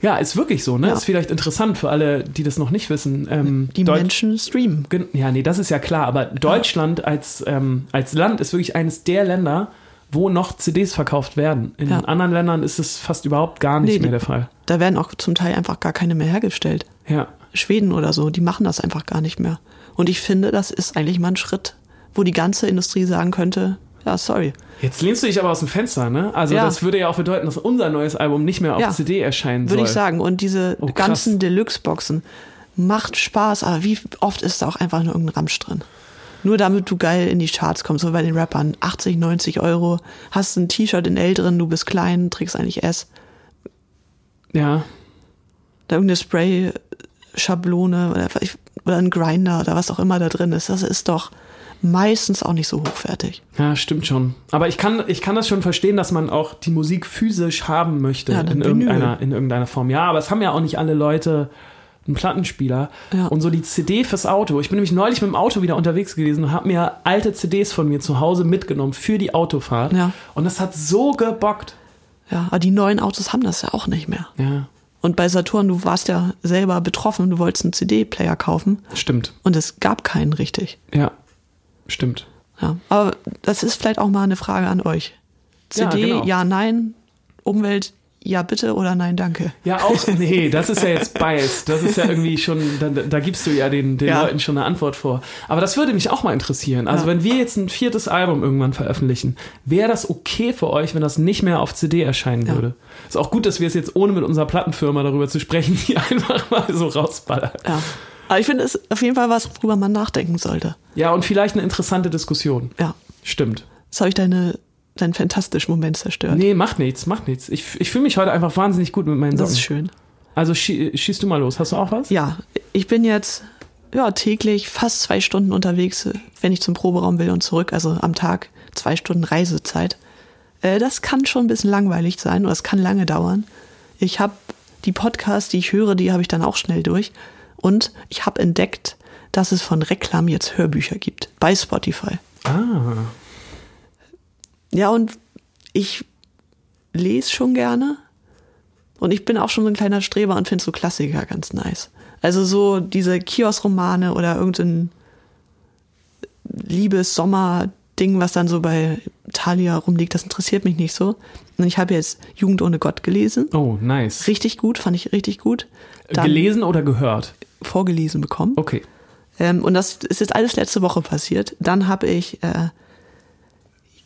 Speaker 3: Ja, ist wirklich so, ne?
Speaker 2: Ja.
Speaker 3: Ist vielleicht interessant für alle, die das noch nicht wissen. Ähm,
Speaker 2: Die
Speaker 3: Deutsch-
Speaker 2: Menschen streamen.
Speaker 3: Gen- Ja, nee, das ist ja klar, aber Deutschland als, ähm, als Land ist wirklich eines der Länder, wo noch CDs verkauft werden. In
Speaker 2: Ja.
Speaker 3: anderen Ländern ist es fast überhaupt gar nicht
Speaker 2: Nee, die-
Speaker 3: mehr der Fall.
Speaker 2: Da werden auch zum Teil einfach gar keine mehr hergestellt.
Speaker 3: Ja.
Speaker 2: Schweden oder so, die machen das einfach gar nicht mehr. Und ich finde, das ist eigentlich mal ein Schritt, wo die ganze Industrie sagen könnte, ja, sorry.
Speaker 3: Jetzt lehnst du dich aber aus dem Fenster, ne? Also
Speaker 2: Ja.
Speaker 3: das würde ja auch bedeuten, dass unser neues Album nicht mehr auf
Speaker 2: Ja.
Speaker 3: CD erscheinen soll.
Speaker 2: Würde ich sagen. Und diese
Speaker 3: Oh, krass.
Speaker 2: ganzen Deluxe-Boxen macht Spaß, aber wie oft ist da auch einfach nur irgendein Ramsch drin? Nur damit du geil in die Charts kommst, so bei den Rappern 80, 90 Euro, hast ein T-Shirt in L drin, du bist klein, trägst eigentlich S.
Speaker 3: Ja.
Speaker 2: da irgendeine Spray-Schablone oder, ich- oder ein Grinder oder was auch immer da drin ist. Das ist doch meistens auch nicht so hochwertig.
Speaker 3: Ja, stimmt schon. Aber ich kann, ich kann das schon verstehen, dass man auch die Musik physisch haben möchte
Speaker 2: Ja, dann
Speaker 3: in,
Speaker 2: Vinyl.
Speaker 3: irgendeiner, in irgendeiner Form. Ja, aber es haben ja auch nicht alle Leute einen Plattenspieler.
Speaker 2: Ja.
Speaker 3: Und so die CD fürs Auto. Ich bin nämlich neulich mit dem Auto wieder unterwegs gewesen und habe mir alte CDs von mir zu Hause mitgenommen für die Autofahrt.
Speaker 2: Ja.
Speaker 3: Und das hat so gebockt.
Speaker 2: Ja, aber die neuen Autos haben das ja auch nicht mehr.
Speaker 3: Ja,
Speaker 2: Und bei Saturn, du warst ja selber betroffen, du wolltest einen CD-Player kaufen
Speaker 3: stimmt.
Speaker 2: und es gab keinen richtig.
Speaker 3: Ja, stimmt.
Speaker 2: Ja. Aber das ist vielleicht auch mal eine Frage an euch.
Speaker 3: Ja,
Speaker 2: CD, ja,
Speaker 3: genau.
Speaker 2: nein. Umwelt, ja bitte oder nein, danke.
Speaker 3: Ja, auch, nee, das ist ja jetzt Bias. Das ist ja irgendwie schon, da, da gibst du ja den, den
Speaker 2: Ja.
Speaker 3: Leuten schon eine Antwort vor. Aber das würde mich auch mal interessieren. Also,
Speaker 2: Ja.
Speaker 3: wenn wir jetzt ein viertes Album irgendwann veröffentlichen, wäre das okay für euch, wenn das nicht mehr auf CD erscheinen
Speaker 2: Ja.
Speaker 3: würde? Ist auch gut, dass wir es jetzt ohne mit unserer Plattenfirma darüber zu sprechen, die einfach mal so rausballert.
Speaker 2: Ja. Aber ich finde es ist auf jeden Fall was, worüber man nachdenken sollte.
Speaker 3: Ja, und vielleicht eine interessante Diskussion.
Speaker 2: Ja.
Speaker 3: Stimmt.
Speaker 2: Jetzt habe ich deine, deinen fantastischen Moment zerstört.
Speaker 3: Nee, macht nichts, macht nichts. Ich, ich fühle mich heute einfach wahnsinnig gut mit meinen
Speaker 2: das
Speaker 3: Socken.
Speaker 2: ist schön.
Speaker 3: Also schie schießt du mal los. Hast du auch was?
Speaker 2: ja, ich bin jetzt ja, täglich fast zwei Stunden unterwegs, wenn ich zum Proberaum will und zurück, also am Tag zwei Stunden Reisezeit. Äh, das kann schon ein bisschen langweilig sein oder es kann lange dauern. Ich habe die Podcasts, die ich höre, die habe ich dann auch schnell durch. Und ich habe entdeckt, dass es von Reklam jetzt Hörbücher gibt bei Spotify.
Speaker 3: Ah.
Speaker 2: Ja, und ich lese schon gerne. Und ich bin auch schon so ein kleiner Streber und finde so Klassiker ganz nice. Also so diese Kiosk-Romane oder irgendein Liebes-Sommer-Ding, was dann so bei Thalia rumliegt, das interessiert mich nicht so. Und ich habe jetzt Jugend ohne Gott gelesen.
Speaker 3: Oh, nice.
Speaker 2: Richtig gut, fand ich richtig gut. Dann
Speaker 3: Gelesen oder gehört?
Speaker 2: vorgelesen bekommen.
Speaker 3: Okay.
Speaker 2: Ähm, und das ist jetzt alles letzte Woche passiert. Dann habe ich äh,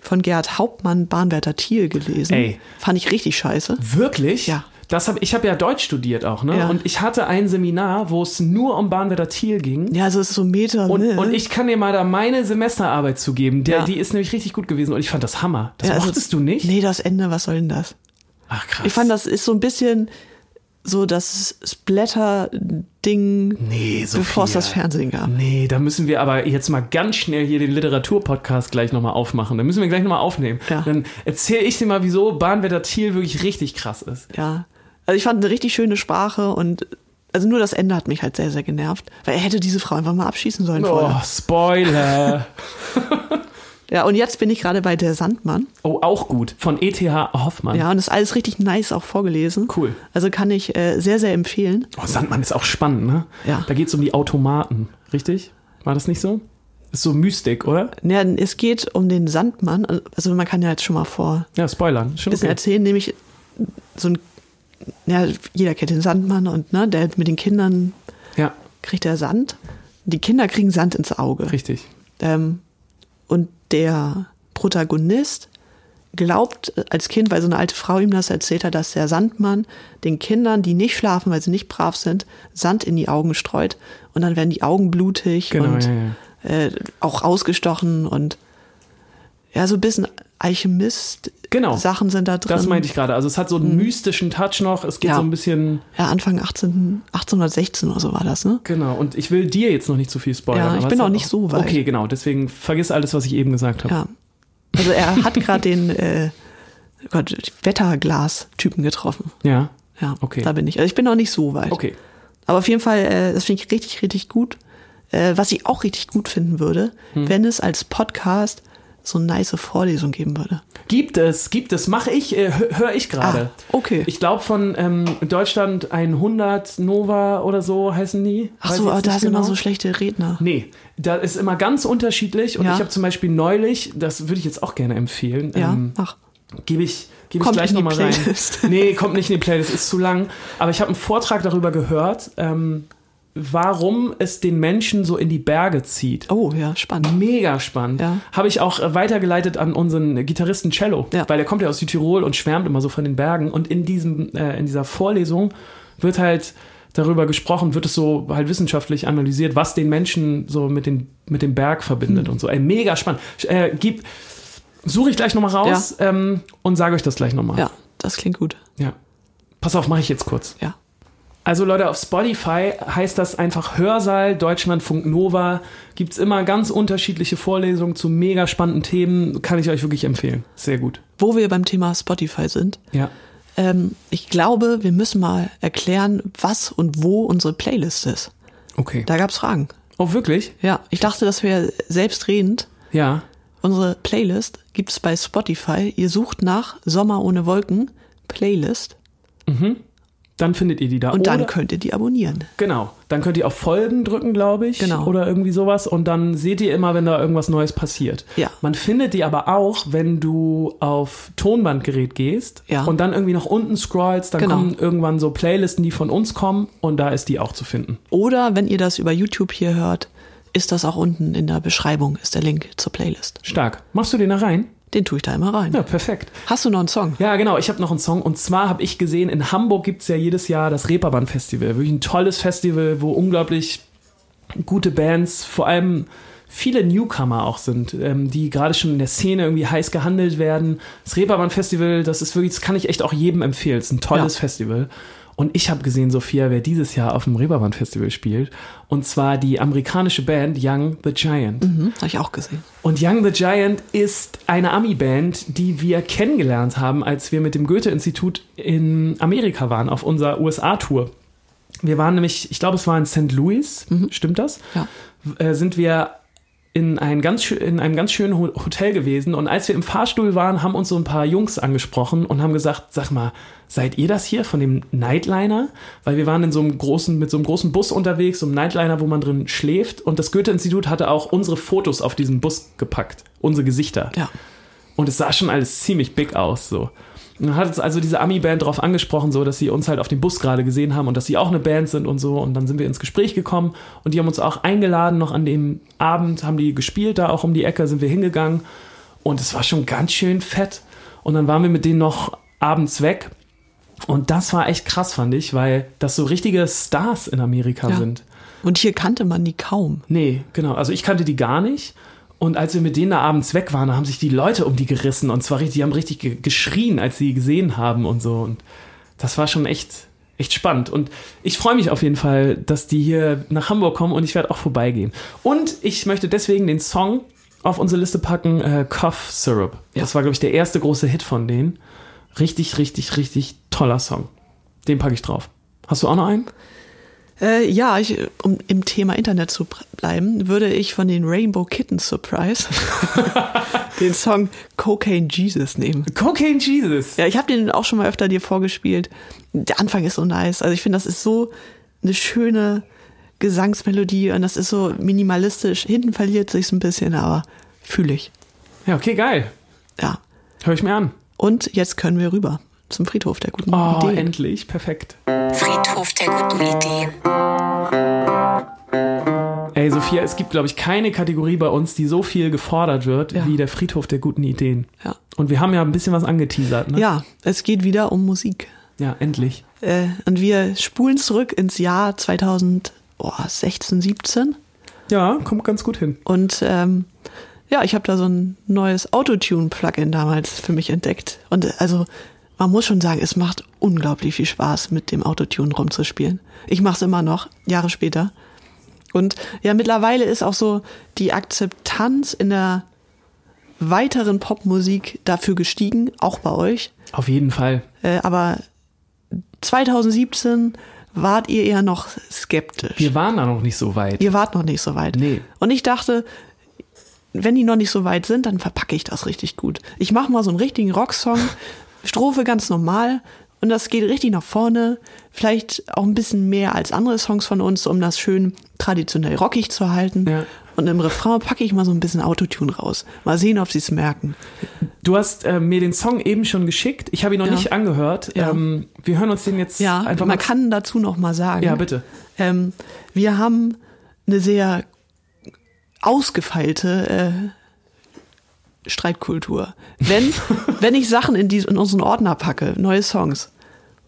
Speaker 2: von Gerhard Hauptmann Bahnwärter Thiel gelesen.
Speaker 3: Ey.
Speaker 2: Fand ich richtig scheiße.
Speaker 3: Wirklich?
Speaker 2: Ja.
Speaker 3: Das hab, ich habe ja Deutsch studiert auch, ne?
Speaker 2: Ja.
Speaker 3: Und ich hatte ein Seminar, wo es nur um Bahnwärter Thiel ging.
Speaker 2: Ja, also es ist so Meter.
Speaker 3: Und,
Speaker 2: ne?
Speaker 3: und ich kann dir mal da meine Semesterarbeit zugeben. Der,
Speaker 2: Ja.
Speaker 3: Die ist nämlich richtig gut gewesen und ich fand das Hammer. Das
Speaker 2: ja, also-
Speaker 3: mochtest du nicht?
Speaker 2: Nee, das Ende, was soll denn das?
Speaker 3: Ach krass.
Speaker 2: Ich fand, das ist so ein bisschen so das Splatter-Ding,
Speaker 3: Nee, Sophia.
Speaker 2: bevor es das Fernsehen gab.
Speaker 3: Nee, da müssen wir aber jetzt mal ganz schnell hier den Literaturpodcast gleich nochmal aufmachen. Da müssen wir gleich nochmal aufnehmen.
Speaker 2: Ja.
Speaker 3: Dann erzähle ich dir mal, wieso Bahnwetter Thiel wirklich richtig krass ist.
Speaker 2: Ja. Also ich fand eine richtig schöne Sprache und also nur das Ende hat mich halt sehr, sehr genervt, weil er hätte diese Frau einfach mal abschießen sollen
Speaker 3: Oh,
Speaker 2: vorher.
Speaker 3: Spoiler.
Speaker 2: Ja, und jetzt bin ich gerade bei Der Sandmann.
Speaker 3: oh, auch gut. Von E.T.H. Hoffmann.
Speaker 2: Ja, und ist alles richtig nice auch vorgelesen.
Speaker 3: Cool.
Speaker 2: Also kann ich äh, sehr, sehr empfehlen.
Speaker 3: Oh, Sandmann ist auch spannend, ne?
Speaker 2: Ja.
Speaker 3: Da geht's um die Automaten, richtig? War das nicht so? Ist so Mystik, oder?
Speaker 2: Ja, es geht um den Sandmann. Also man kann ja jetzt schon mal vor
Speaker 3: Ja, Spoilern. Schon
Speaker 2: bisschen
Speaker 3: okay.
Speaker 2: erzählen, nämlich so ein, ja, jeder kennt den Sandmann und ne, der mit den Kindern
Speaker 3: Ja,
Speaker 2: kriegt er Sand. Die Kinder kriegen Sand ins Auge.
Speaker 3: richtig.
Speaker 2: Ähm, und der Protagonist glaubt äh, als Kind, weil so eine alte Frau ihm das erzählt hat, dass der Sandmann den Kindern, die nicht schlafen, weil sie nicht brav sind, Sand in die Augen streut und dann werden die Augen blutig
Speaker 3: Genau,
Speaker 2: und
Speaker 3: ja, ja.
Speaker 2: Äh, auch ausgestochen und ja, so ein bisschen Alchemist
Speaker 3: Genau.
Speaker 2: Sachen sind da drin. Mhm.
Speaker 3: Das meinte ich gerade. Also es hat so einen mystischen Touch noch. Es geht
Speaker 2: Ja.
Speaker 3: so ein bisschen.
Speaker 2: Ja, Anfang 18, 1816 oder so war das, ne?
Speaker 3: Genau. Und ich will dir jetzt noch nicht zu viel spoilern.
Speaker 2: Ja, ich
Speaker 3: aber
Speaker 2: bin
Speaker 3: es hat
Speaker 2: auch nicht so weit.
Speaker 3: Okay, genau. Deswegen vergiss alles, was ich eben gesagt habe.
Speaker 2: Ja. Also er hat gerade den äh, Gott, Wetterglas-Typen getroffen.
Speaker 3: ja.
Speaker 2: Ja,
Speaker 3: Okay.
Speaker 2: da bin ich. Also ich bin noch nicht so weit.
Speaker 3: Okay.
Speaker 2: Aber auf jeden Fall, äh, das finde ich richtig, richtig gut. Äh, was ich auch richtig gut finden würde,
Speaker 3: Hm.
Speaker 2: wenn es als Podcast so eine nice Vorlesung geben würde.
Speaker 3: Gibt es, gibt es. Mache ich, äh, höre ich gerade.
Speaker 2: Ah, okay.
Speaker 3: Ich glaube von ähm, Deutschland 100 Nova oder so heißen die.
Speaker 2: Ach
Speaker 3: Weiß
Speaker 2: so,
Speaker 3: jetzt
Speaker 2: aber da
Speaker 3: nicht
Speaker 2: sind immer
Speaker 3: genau.
Speaker 2: so schlechte Redner.
Speaker 3: Nee, da ist immer ganz unterschiedlich und
Speaker 2: Ja.
Speaker 3: ich habe zum Beispiel neulich, das würde ich jetzt auch gerne empfehlen,
Speaker 2: Ja,
Speaker 3: ähm,
Speaker 2: ach.
Speaker 3: gebe ich, gebe ich
Speaker 2: Kommt
Speaker 3: gleich
Speaker 2: in die
Speaker 3: nochmal rein.
Speaker 2: Playlist.
Speaker 3: Nee, kommt nicht in die Playlist, ist zu lang. Aber ich habe einen Vortrag darüber gehört, ähm, warum es den Menschen so in die Berge zieht.
Speaker 2: Oh, ja, spannend.
Speaker 3: Mega spannend.
Speaker 2: Ja.
Speaker 3: Habe ich auch äh, weitergeleitet an unseren Gitarristen Cello,
Speaker 2: Ja.
Speaker 3: weil der kommt ja aus Südtirol und schwärmt immer so von den Bergen. Und in, diesem, äh, in dieser Vorlesung wird halt darüber gesprochen, wird es so halt wissenschaftlich analysiert, was den Menschen so mit, den, mit dem Berg verbindet
Speaker 2: Hm.
Speaker 3: und so. Ey, mega spannend. Äh, gib, suche ich gleich nochmal raus ähm, und sage euch das gleich nochmal.
Speaker 2: Ja, das klingt gut.
Speaker 3: ja. Pass auf, mache ich jetzt kurz.
Speaker 2: Ja.
Speaker 3: Also Leute, auf Spotify heißt das einfach Hörsaal Deutschlandfunk Nova. Gibt's immer ganz unterschiedliche Vorlesungen zu mega spannenden Themen. Kann ich euch wirklich empfehlen. Sehr gut.
Speaker 2: Wo wir beim Thema Spotify sind.
Speaker 3: Ja.
Speaker 2: Ähm, ich glaube, wir müssen mal erklären, was und wo unsere Playlist ist.
Speaker 3: Okay.
Speaker 2: Da gab es Fragen.
Speaker 3: Oh, wirklich?
Speaker 2: Ja, ich dachte, das wäre selbstredend.
Speaker 3: Ja.
Speaker 2: Unsere Playlist gibt's bei Spotify. Ihr sucht nach Sommer ohne Wolken Playlist
Speaker 3: Dann findet ihr die da.
Speaker 2: und
Speaker 3: Oder-
Speaker 2: dann könnt ihr die abonnieren.
Speaker 3: Genau. Dann könnt ihr auf Folgen drücken, glaube ich.
Speaker 2: Genau.
Speaker 3: Oder irgendwie sowas. Und dann seht ihr immer, wenn da irgendwas Neues passiert.
Speaker 2: Ja.
Speaker 3: Man findet die aber auch, wenn du auf Tonbandgerät gehst
Speaker 2: Ja.
Speaker 3: und dann irgendwie nach unten scrollst, dann
Speaker 2: Genau.
Speaker 3: kommen irgendwann so Playlisten, die von uns kommen und da ist die auch zu finden.
Speaker 2: Oder wenn ihr das über YouTube hier hört, ist das auch unten in der Beschreibung, ist der Link zur Playlist.
Speaker 3: Stark. Machst du den da rein?
Speaker 2: Den tue ich da immer rein.
Speaker 3: Ja, perfekt.
Speaker 2: Hast du noch einen Song?
Speaker 3: Ja, genau, ich habe noch einen Song. Und zwar habe ich gesehen, in Hamburg gibt's ja jedes Jahr das Reeperbahn-Festival. Wirklich ein tolles Festival, wo unglaublich gute Bands, vor allem viele Newcomer auch sind, ähm, die gerade schon in der Szene irgendwie heiß gehandelt werden. Das Reeperbahn-Festival, das ist wirklich, das kann ich echt auch jedem empfehlen. Es ist ein tolles
Speaker 2: Ja.
Speaker 3: Festival. Und ich habe gesehen, Sophia, wer dieses Jahr auf dem Reeperbahn-Festival spielt. Und zwar die amerikanische Band Young the Giant.
Speaker 2: Hm, habe ich auch gesehen.
Speaker 3: Und Young the Giant ist eine Ami-Band, die wir kennengelernt haben, als wir mit dem Goethe-Institut in Amerika waren, auf unserer USA-Tour. Wir waren nämlich, ich glaube, es war in St. Louis, stimmt das?
Speaker 2: Ja.
Speaker 3: Äh, sind wir in, ein ganz, schö- in einem ganz schönen Ho- Hotel gewesen und als wir im Fahrstuhl waren, haben uns so ein paar Jungs angesprochen und haben gesagt, sag mal, seid ihr das hier von dem Nightliner? Weil wir waren in so einem großen, mit so einem großen Bus unterwegs, so einem Nightliner, wo man drin schläft und das Goethe-Institut hatte auch unsere Fotos auf diesen Bus gepackt, unsere Gesichter.
Speaker 2: Ja.
Speaker 3: Und es sah schon alles ziemlich big aus, so. Und dann hat uns also diese Ami-Band darauf angesprochen, so, dass sie uns halt auf dem Bus gerade gesehen haben und dass sie auch eine Band sind und so. Und dann sind wir ins Gespräch gekommen und die haben uns auch eingeladen, noch an dem Abend haben die gespielt, da auch um die Ecke sind wir hingegangen. Und es war schon ganz schön fett. Und dann waren wir mit denen noch abends weg. Und das war echt krass, fand ich, weil das so richtige Stars in Amerika
Speaker 2: Ja.
Speaker 3: sind.
Speaker 2: Und hier kannte man die kaum.
Speaker 3: Nee, genau. Also ich kannte die gar nicht. Und als wir mit denen da abends weg waren, da haben sich die Leute um die gerissen. Und zwar richtig, die haben richtig ge geschrien, als sie die gesehen haben und so. Und das war schon echt, echt spannend. Und ich freue mich auf jeden Fall, dass die hier nach Hamburg kommen und ich werde auch vorbeigehen. Und ich möchte deswegen den Song auf unsere Liste packen, äh, Cough Syrup. Das war, glaube ich, der erste große Hit von denen. Richtig, richtig, richtig toller Song. Den packe ich drauf. Hast du auch noch einen?
Speaker 2: Äh, ja, ich, um im Thema Internet zu pr- bleiben, würde ich von den Rainbow Kitten Surprise den Song Cocaine Jesus nehmen.
Speaker 3: Cocaine Jesus.
Speaker 2: Ja, ich habe den auch schon mal öfter dir vorgespielt. Der Anfang ist so nice. Also ich finde, das ist so eine schöne Gesangsmelodie und das ist so minimalistisch. Hinten verliert sich's ein bisschen, aber fühle ich.
Speaker 3: Ja, okay, geil.
Speaker 2: Ja.
Speaker 3: Hör ich mir an.
Speaker 2: Und jetzt können wir rüber zum Friedhof der guten
Speaker 3: Oh,
Speaker 2: Ideen.
Speaker 3: endlich. Perfekt.
Speaker 1: Friedhof der guten Ideen.
Speaker 3: Ey, Sophia, es gibt, glaube ich, keine Kategorie bei uns, die so viel gefordert wird
Speaker 2: Ja.
Speaker 3: wie der Friedhof der guten Ideen.
Speaker 2: Ja.
Speaker 3: Und wir haben ja ein bisschen was angeteasert, ne?
Speaker 2: Ja, es geht wieder um Musik.
Speaker 3: Ja, endlich.
Speaker 2: Äh, und wir spulen zurück ins Jahr 2016, 17.
Speaker 3: Ja, kommt ganz gut hin.
Speaker 2: Und ähm, ja, ich habe da so ein neues Autotune-Plugin damals für mich entdeckt. Und äh, also man muss schon sagen, es macht unglaublich viel Spaß, mit dem Autotune rumzuspielen. Ich mache es immer noch, Jahre später. Und ja, mittlerweile ist auch so die Akzeptanz in der weiteren Popmusik dafür gestiegen, auch bei euch.
Speaker 3: Auf jeden Fall.
Speaker 2: Äh, aber 2017 wart ihr eher noch skeptisch.
Speaker 3: Wir waren da noch nicht so weit.
Speaker 2: Ihr wart noch nicht so weit.
Speaker 3: Nee.
Speaker 2: Und ich dachte, wenn die noch nicht so weit sind, dann verpacke ich das richtig gut. Ich mache mal so einen richtigen Rocksong, Strophe ganz normal und das geht richtig nach vorne. Vielleicht auch ein bisschen mehr als andere Songs von uns, um das schön traditionell rockig zu halten.
Speaker 3: Ja.
Speaker 2: Und im Refrain packe ich mal so ein bisschen Autotune raus. Mal sehen, ob sie es merken.
Speaker 3: Du hast äh, mir den Song eben schon geschickt. Ich habe ihn noch
Speaker 2: Ja.
Speaker 3: nicht angehört.
Speaker 2: Ja.
Speaker 3: Ähm, wir hören uns den jetzt
Speaker 2: Ja,
Speaker 3: einfach
Speaker 2: man
Speaker 3: mal.
Speaker 2: kann dazu noch mal sagen.
Speaker 3: Ja, bitte.
Speaker 2: Ähm, wir haben eine sehr ausgefeilte äh, Streitkultur. Wenn, wenn ich Sachen in, dies, in unseren Ordner packe, neue Songs,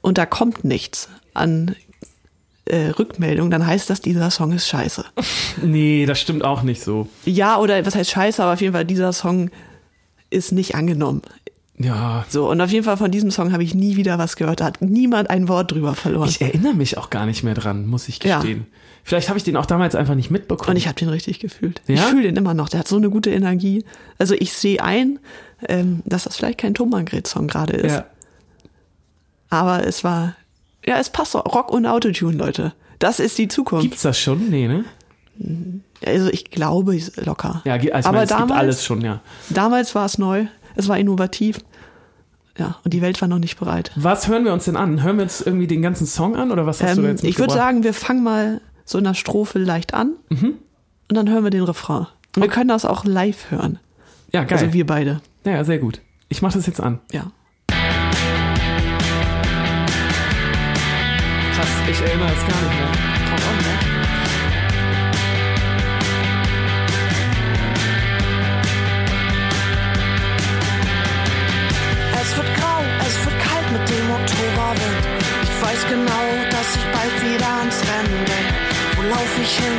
Speaker 2: und da kommt nichts an äh, Rückmeldung, dann heißt das, dieser Song ist scheiße.
Speaker 3: Nee, das stimmt auch nicht so.
Speaker 2: Ja, oder was heißt scheiße, aber auf jeden Fall, dieser Song ist nicht angenommen.
Speaker 3: Ja.
Speaker 2: So, und auf jeden Fall von diesem Song habe ich nie wieder was gehört. Da hat niemand ein Wort drüber verloren.
Speaker 3: Ich erinnere mich auch gar nicht mehr dran, muss ich
Speaker 2: Ja.
Speaker 3: gestehen. Vielleicht habe ich den auch damals einfach nicht mitbekommen.
Speaker 2: Und ich habe den richtig gefühlt. Ich
Speaker 3: Ja?
Speaker 2: fühle den immer noch. Der hat so eine gute Energie. Also ich sehe ein, ähm, dass das vielleicht kein Tom Magret-Song gerade ist.
Speaker 3: ja.
Speaker 2: Aber es war, ja, es passt doch. Rock und Autotune, Leute. Das ist die Zukunft.
Speaker 3: Gibt's das schon? Nee, ne?
Speaker 2: also ich glaube es ist locker.
Speaker 3: Ja, ge- also ich
Speaker 2: Aber
Speaker 3: meine, es gibt
Speaker 2: damals-
Speaker 3: alles schon, ja.
Speaker 2: Damals war es neu. Es war innovativ. Ja, und die Welt war noch nicht bereit.
Speaker 3: Was hören wir uns denn an? Hören wir uns irgendwie den ganzen Song an oder was hast du da
Speaker 2: Ähm,
Speaker 3: jetzt
Speaker 2: ich würde
Speaker 3: mitgebracht?
Speaker 2: sagen, wir fangen mal so in der Strophe leicht an.
Speaker 3: Mhm.
Speaker 2: Und dann hören wir den Refrain. Und wir können das auch live hören.
Speaker 3: Ja, geil.
Speaker 2: Also wir beide.
Speaker 3: naja, sehr gut. Ich mache das jetzt an.
Speaker 2: Ja.
Speaker 3: Krass, ich erinnere es gar nicht mehr.
Speaker 4: Es wird grau, es wird kalt mit dem Oktoberwind. Ich weiß genau, dass ich bald wieder ans Rennen denk. Wo lauf ich hin?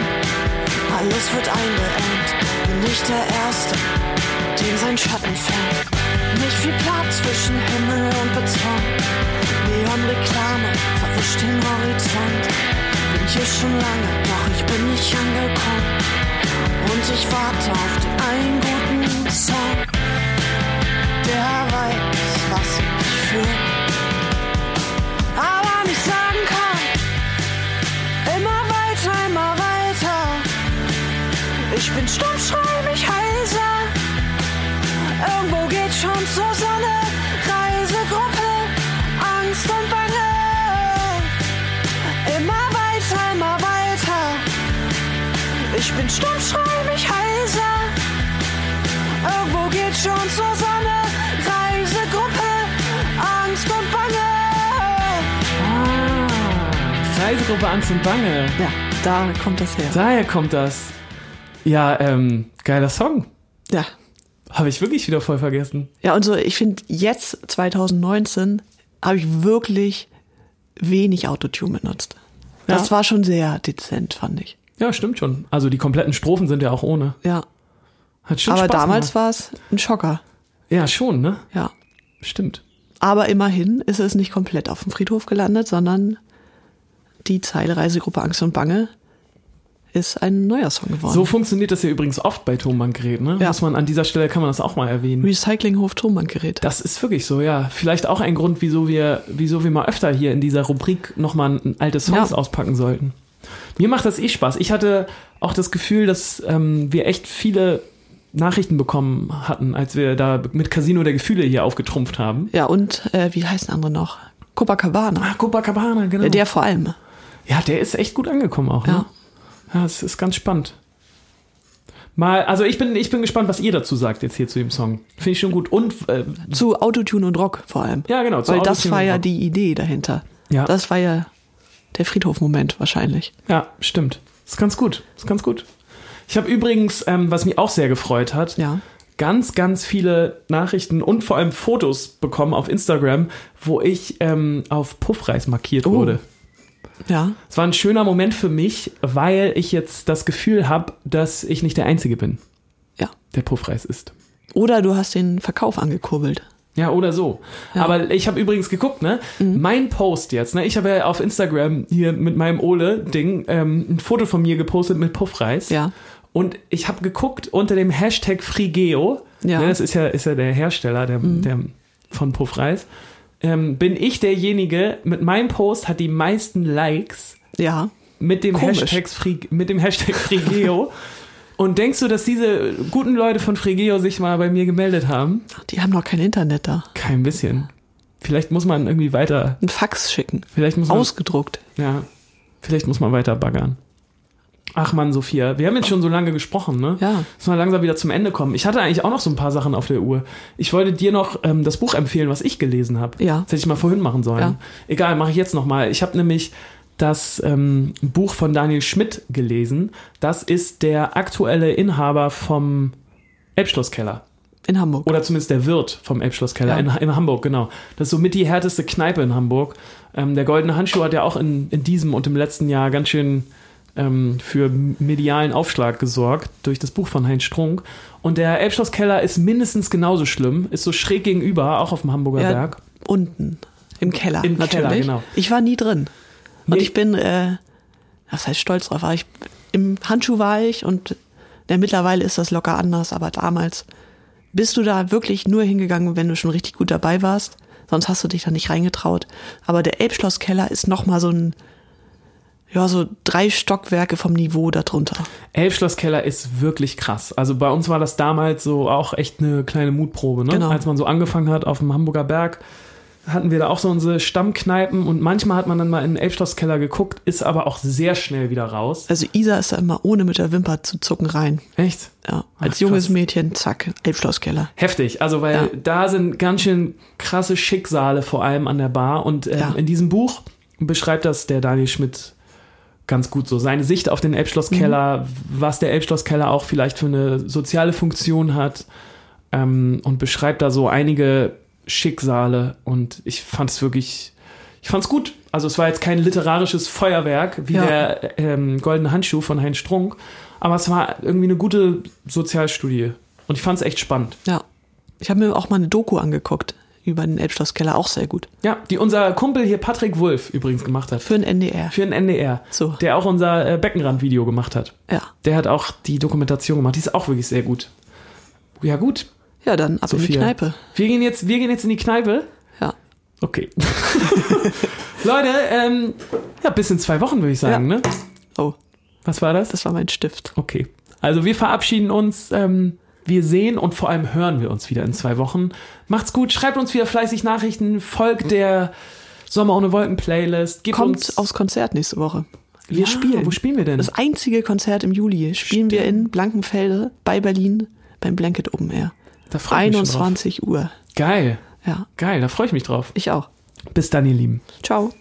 Speaker 4: Alles wird eingeengt. Bin nicht der Erste, den sein Schatten fängt. Nicht viel Platz zwischen Himmel und Beton. Neonreklame verwischt den Horizont. Bin hier schon lange, doch ich bin nicht angekommen. Und ich warte auf den einen guten Song der weiß, was ich fühle. Aber nicht sagen kann, immer weiter, immer weiter. Ich bin stumm, schrei mich heiser. Irgendwo geht schon zur Sonne, Reisegruppe, Angst und Bange. Immer weiter, immer weiter. Ich bin stumm, schrei mich heiser. Irgendwo geht schon zur Sonne. Reisegruppe, Angst und Bange.
Speaker 3: Ah, Reisegruppe Angst und Bange.
Speaker 2: Ja, da kommt das her.
Speaker 3: Daher kommt das. Ja, ähm, geiler Song.
Speaker 2: Ja.
Speaker 3: Habe ich wirklich wieder voll vergessen.
Speaker 2: Ja, und so, ich finde, jetzt 2019 habe ich wirklich wenig Autotune benutzt. Das
Speaker 3: Ja.
Speaker 2: war schon sehr dezent, fand ich.
Speaker 3: Ja, stimmt schon. Also die kompletten Strophen sind ja auch ohne.
Speaker 2: Ja.
Speaker 3: Hat schon
Speaker 2: Aber
Speaker 3: Spaß
Speaker 2: damals
Speaker 3: gemacht.
Speaker 2: war es ein Schocker.
Speaker 3: Ja, schon, ne?
Speaker 2: Ja.
Speaker 3: Stimmt.
Speaker 2: Aber immerhin ist es nicht komplett auf dem Friedhof gelandet, sondern die Zeile Reisegruppe Angst und Bange ist ein neuer Song geworden.
Speaker 3: So funktioniert das ja übrigens oft bei Tonbandgerät, ne?
Speaker 2: Ja.
Speaker 3: Muss man an dieser Stelle kann man das auch mal erwähnen.
Speaker 2: Recyclinghof Tonbandgerät.
Speaker 3: Das ist wirklich so, ja. Vielleicht auch ein Grund, wieso wir, wieso wir mal öfter hier in dieser Rubrik nochmal ein altes Songs
Speaker 2: Ja.
Speaker 3: auspacken sollten. Mir macht das eh Spaß. Ich hatte auch das Gefühl, dass ähm, wir echt viele Nachrichten bekommen hatten, als wir da mit Casino der Gefühle hier aufgetrumpft haben.
Speaker 2: Ja, und äh, wie heißen andere noch? Copacabana.
Speaker 3: Ah, Copacabana, genau.
Speaker 2: Der, der vor allem.
Speaker 3: ja, der ist echt gut angekommen auch. Ne?
Speaker 2: Ja.
Speaker 3: ja, es ist ganz spannend. Mal, also ich bin, ich bin gespannt, was ihr dazu sagt jetzt hier zu dem Song. Finde ich schon gut. Und äh,
Speaker 2: Zu Autotune und Rock vor allem.
Speaker 3: Ja, genau, zu
Speaker 2: Weil das
Speaker 3: Autotune
Speaker 2: war
Speaker 3: und
Speaker 2: ja
Speaker 3: Rock.
Speaker 2: die Idee dahinter.
Speaker 3: Ja.
Speaker 2: Das war ja der Friedhof-Moment wahrscheinlich.
Speaker 3: Ja, stimmt. Ist ganz gut. Ist ganz gut. Ich habe übrigens, ähm, was mich auch sehr gefreut hat,
Speaker 2: Ja.
Speaker 3: ganz, ganz viele Nachrichten und vor allem Fotos bekommen auf Instagram, wo ich ähm, auf Puffreis markiert
Speaker 2: Oh.
Speaker 3: wurde.
Speaker 2: Ja.
Speaker 3: Es war ein schöner Moment für mich, weil ich jetzt das Gefühl habe, dass ich nicht der Einzige bin,
Speaker 2: Ja.
Speaker 3: der Puffreis ist.
Speaker 2: Oder du hast den Verkauf angekurbelt.
Speaker 3: Ja, oder so.
Speaker 2: Ja. Mhm.
Speaker 3: Aber ich habe übrigens geguckt, ne? Mein Post jetzt, ne? Ich habe ja auf Instagram hier mit meinem Ole-Ding ähm, ein Foto von mir gepostet mit Puffreis.
Speaker 2: Ja.
Speaker 3: Und ich habe geguckt unter dem Hashtag Frigeo,
Speaker 2: Ja. Mhm.
Speaker 3: ne, das ist ja, ist ja der Hersteller der, der, von Puffreis, ähm, bin ich derjenige, mit meinem Post hat die meisten Likes
Speaker 2: Ja.
Speaker 3: mit dem,
Speaker 2: Komisch.
Speaker 3: Hashtag, Fri, mit dem Hashtag Frigeo. Und denkst du, dass diese guten Leute von Frigeo sich mal bei mir gemeldet haben?
Speaker 2: Die haben noch kein Internet da.
Speaker 3: Kein bisschen. Vielleicht muss man irgendwie weiter,
Speaker 2: Ein Fax schicken.
Speaker 3: vielleicht muss man,
Speaker 2: Ausgedruckt.
Speaker 3: ja, vielleicht muss man weiter baggern. Ach man, Sophia, wir haben jetzt schon so lange gesprochen, ne?
Speaker 2: Ja.
Speaker 3: Müssen wir langsam wieder zum Ende kommen. Ich hatte eigentlich auch noch so ein paar Sachen auf der Uhr. Ich wollte dir noch ähm, das Buch empfehlen, was ich gelesen habe.
Speaker 2: Ja.
Speaker 3: Das hätte ich mal vorhin machen sollen.
Speaker 2: Ja.
Speaker 3: Egal, mache ich jetzt nochmal. Ich habe nämlich das ähm, Buch von Daniel Schmidt gelesen. Das ist der aktuelle Inhaber vom Elbschlosskeller.
Speaker 2: In Hamburg.
Speaker 3: Oder zumindest der Wirt vom Elbschlosskeller
Speaker 2: Ja.
Speaker 3: in, in Hamburg, genau. Das ist somit die härteste Kneipe in Hamburg. Ähm, der Goldene Handschuh hat ja auch in, in diesem und im letzten Jahr ganz schön ähm, für medialen Aufschlag gesorgt durch das Buch von Heinz Strunk. Und der Elbschlosskeller ist mindestens genauso schlimm, ist so schräg gegenüber, auch auf dem Hamburger
Speaker 2: Ja,
Speaker 3: Berg.
Speaker 2: Unten. Im Keller.
Speaker 3: Im
Speaker 2: natürlich.
Speaker 3: Keller, genau.
Speaker 2: Ich war nie drin. Und
Speaker 3: Nee.
Speaker 2: ich bin, äh, was heißt stolz drauf, aber ich, im Handschuh war ich und ja, mittlerweile ist das locker anders, aber damals bist du da wirklich nur hingegangen, wenn du schon richtig gut dabei warst. Sonst hast du dich da nicht reingetraut. Aber der Elbschlosskeller ist nochmal so ein, ja, so drei Stockwerke vom Niveau darunter.
Speaker 3: Elbschlosskeller ist wirklich krass. Also bei uns war das damals so auch echt eine kleine Mutprobe, ne?
Speaker 2: Genau.
Speaker 3: Als man so angefangen hat auf dem Hamburger Berg, hatten wir da auch so unsere Stammkneipen und manchmal hat man dann mal in den Elbschlosskeller geguckt, ist aber auch sehr schnell wieder raus.
Speaker 2: Also Isa ist da immer ohne mit der Wimper zu zucken rein.
Speaker 3: Echt?
Speaker 2: Ja, als
Speaker 3: Ach,
Speaker 2: junges
Speaker 3: krass.
Speaker 2: Mädchen, zack, Elbschlosskeller.
Speaker 3: Heftig, also weil
Speaker 2: Ja.
Speaker 3: da sind ganz schön krasse Schicksale vor allem an der Bar und ähm,
Speaker 2: Ja.
Speaker 3: in diesem Buch beschreibt das der Daniel Schmidt ganz gut so. Seine Sicht auf den
Speaker 2: Mhm.
Speaker 3: Elbschlosskeller, was der Elbschlosskeller auch vielleicht für eine soziale Funktion hat ähm, und beschreibt da so einige Schicksale und ich fand es wirklich, ich fand es gut. Also es war jetzt kein literarisches Feuerwerk wie
Speaker 2: Ja.
Speaker 3: der ähm, Goldene Handschuh von Heinz Strunk, aber es war irgendwie eine gute Sozialstudie und ich fand es echt spannend.
Speaker 2: Ja. Ich habe mir auch mal eine Doku angeguckt über den Elbschlosskeller, auch sehr gut.
Speaker 3: Ja, die unser Kumpel hier Patrick Wulff übrigens gemacht hat.
Speaker 2: Für den NDR.
Speaker 3: Für den NDR.
Speaker 2: So.
Speaker 3: Der auch unser äh, Beckenrand-Video gemacht hat.
Speaker 2: Ja.
Speaker 3: Der hat auch die Dokumentation gemacht. Die ist auch wirklich sehr gut. Ja, gut.
Speaker 2: Ja, dann ab in die
Speaker 3: Sophia.
Speaker 2: Kneipe.
Speaker 3: Wir gehen jetzt, wir gehen jetzt in die Kneipe.
Speaker 2: Ja.
Speaker 3: Okay. Leute, ähm, ja, bis in zwei Wochen würde ich sagen, ne?
Speaker 2: Oh,
Speaker 3: Was war das?
Speaker 2: das war mein Stift.
Speaker 3: Okay. Also wir verabschieden uns. Ähm, wir sehen und vor allem hören wir uns wieder in zwei Wochen. Macht's gut, schreibt uns wieder fleißig Nachrichten, folgt der Sommer ohne Wolken Playlist, gebt
Speaker 2: Kommt
Speaker 3: uns
Speaker 2: aufs Konzert nächste Woche. Wir
Speaker 3: Ja,
Speaker 2: spielen.
Speaker 3: Wo spielen wir denn?
Speaker 2: Das einzige Konzert im Juli spielen wir in Blankenfelde bei Berlin beim Blanket Open Air.
Speaker 3: Da freu ich mich schon drauf.
Speaker 2: 21 Uhr.
Speaker 3: Geil,
Speaker 2: Ja,
Speaker 3: geil, da freue ich mich drauf.
Speaker 2: ich auch.
Speaker 3: Bis dann, ihr Lieben.
Speaker 2: Ciao.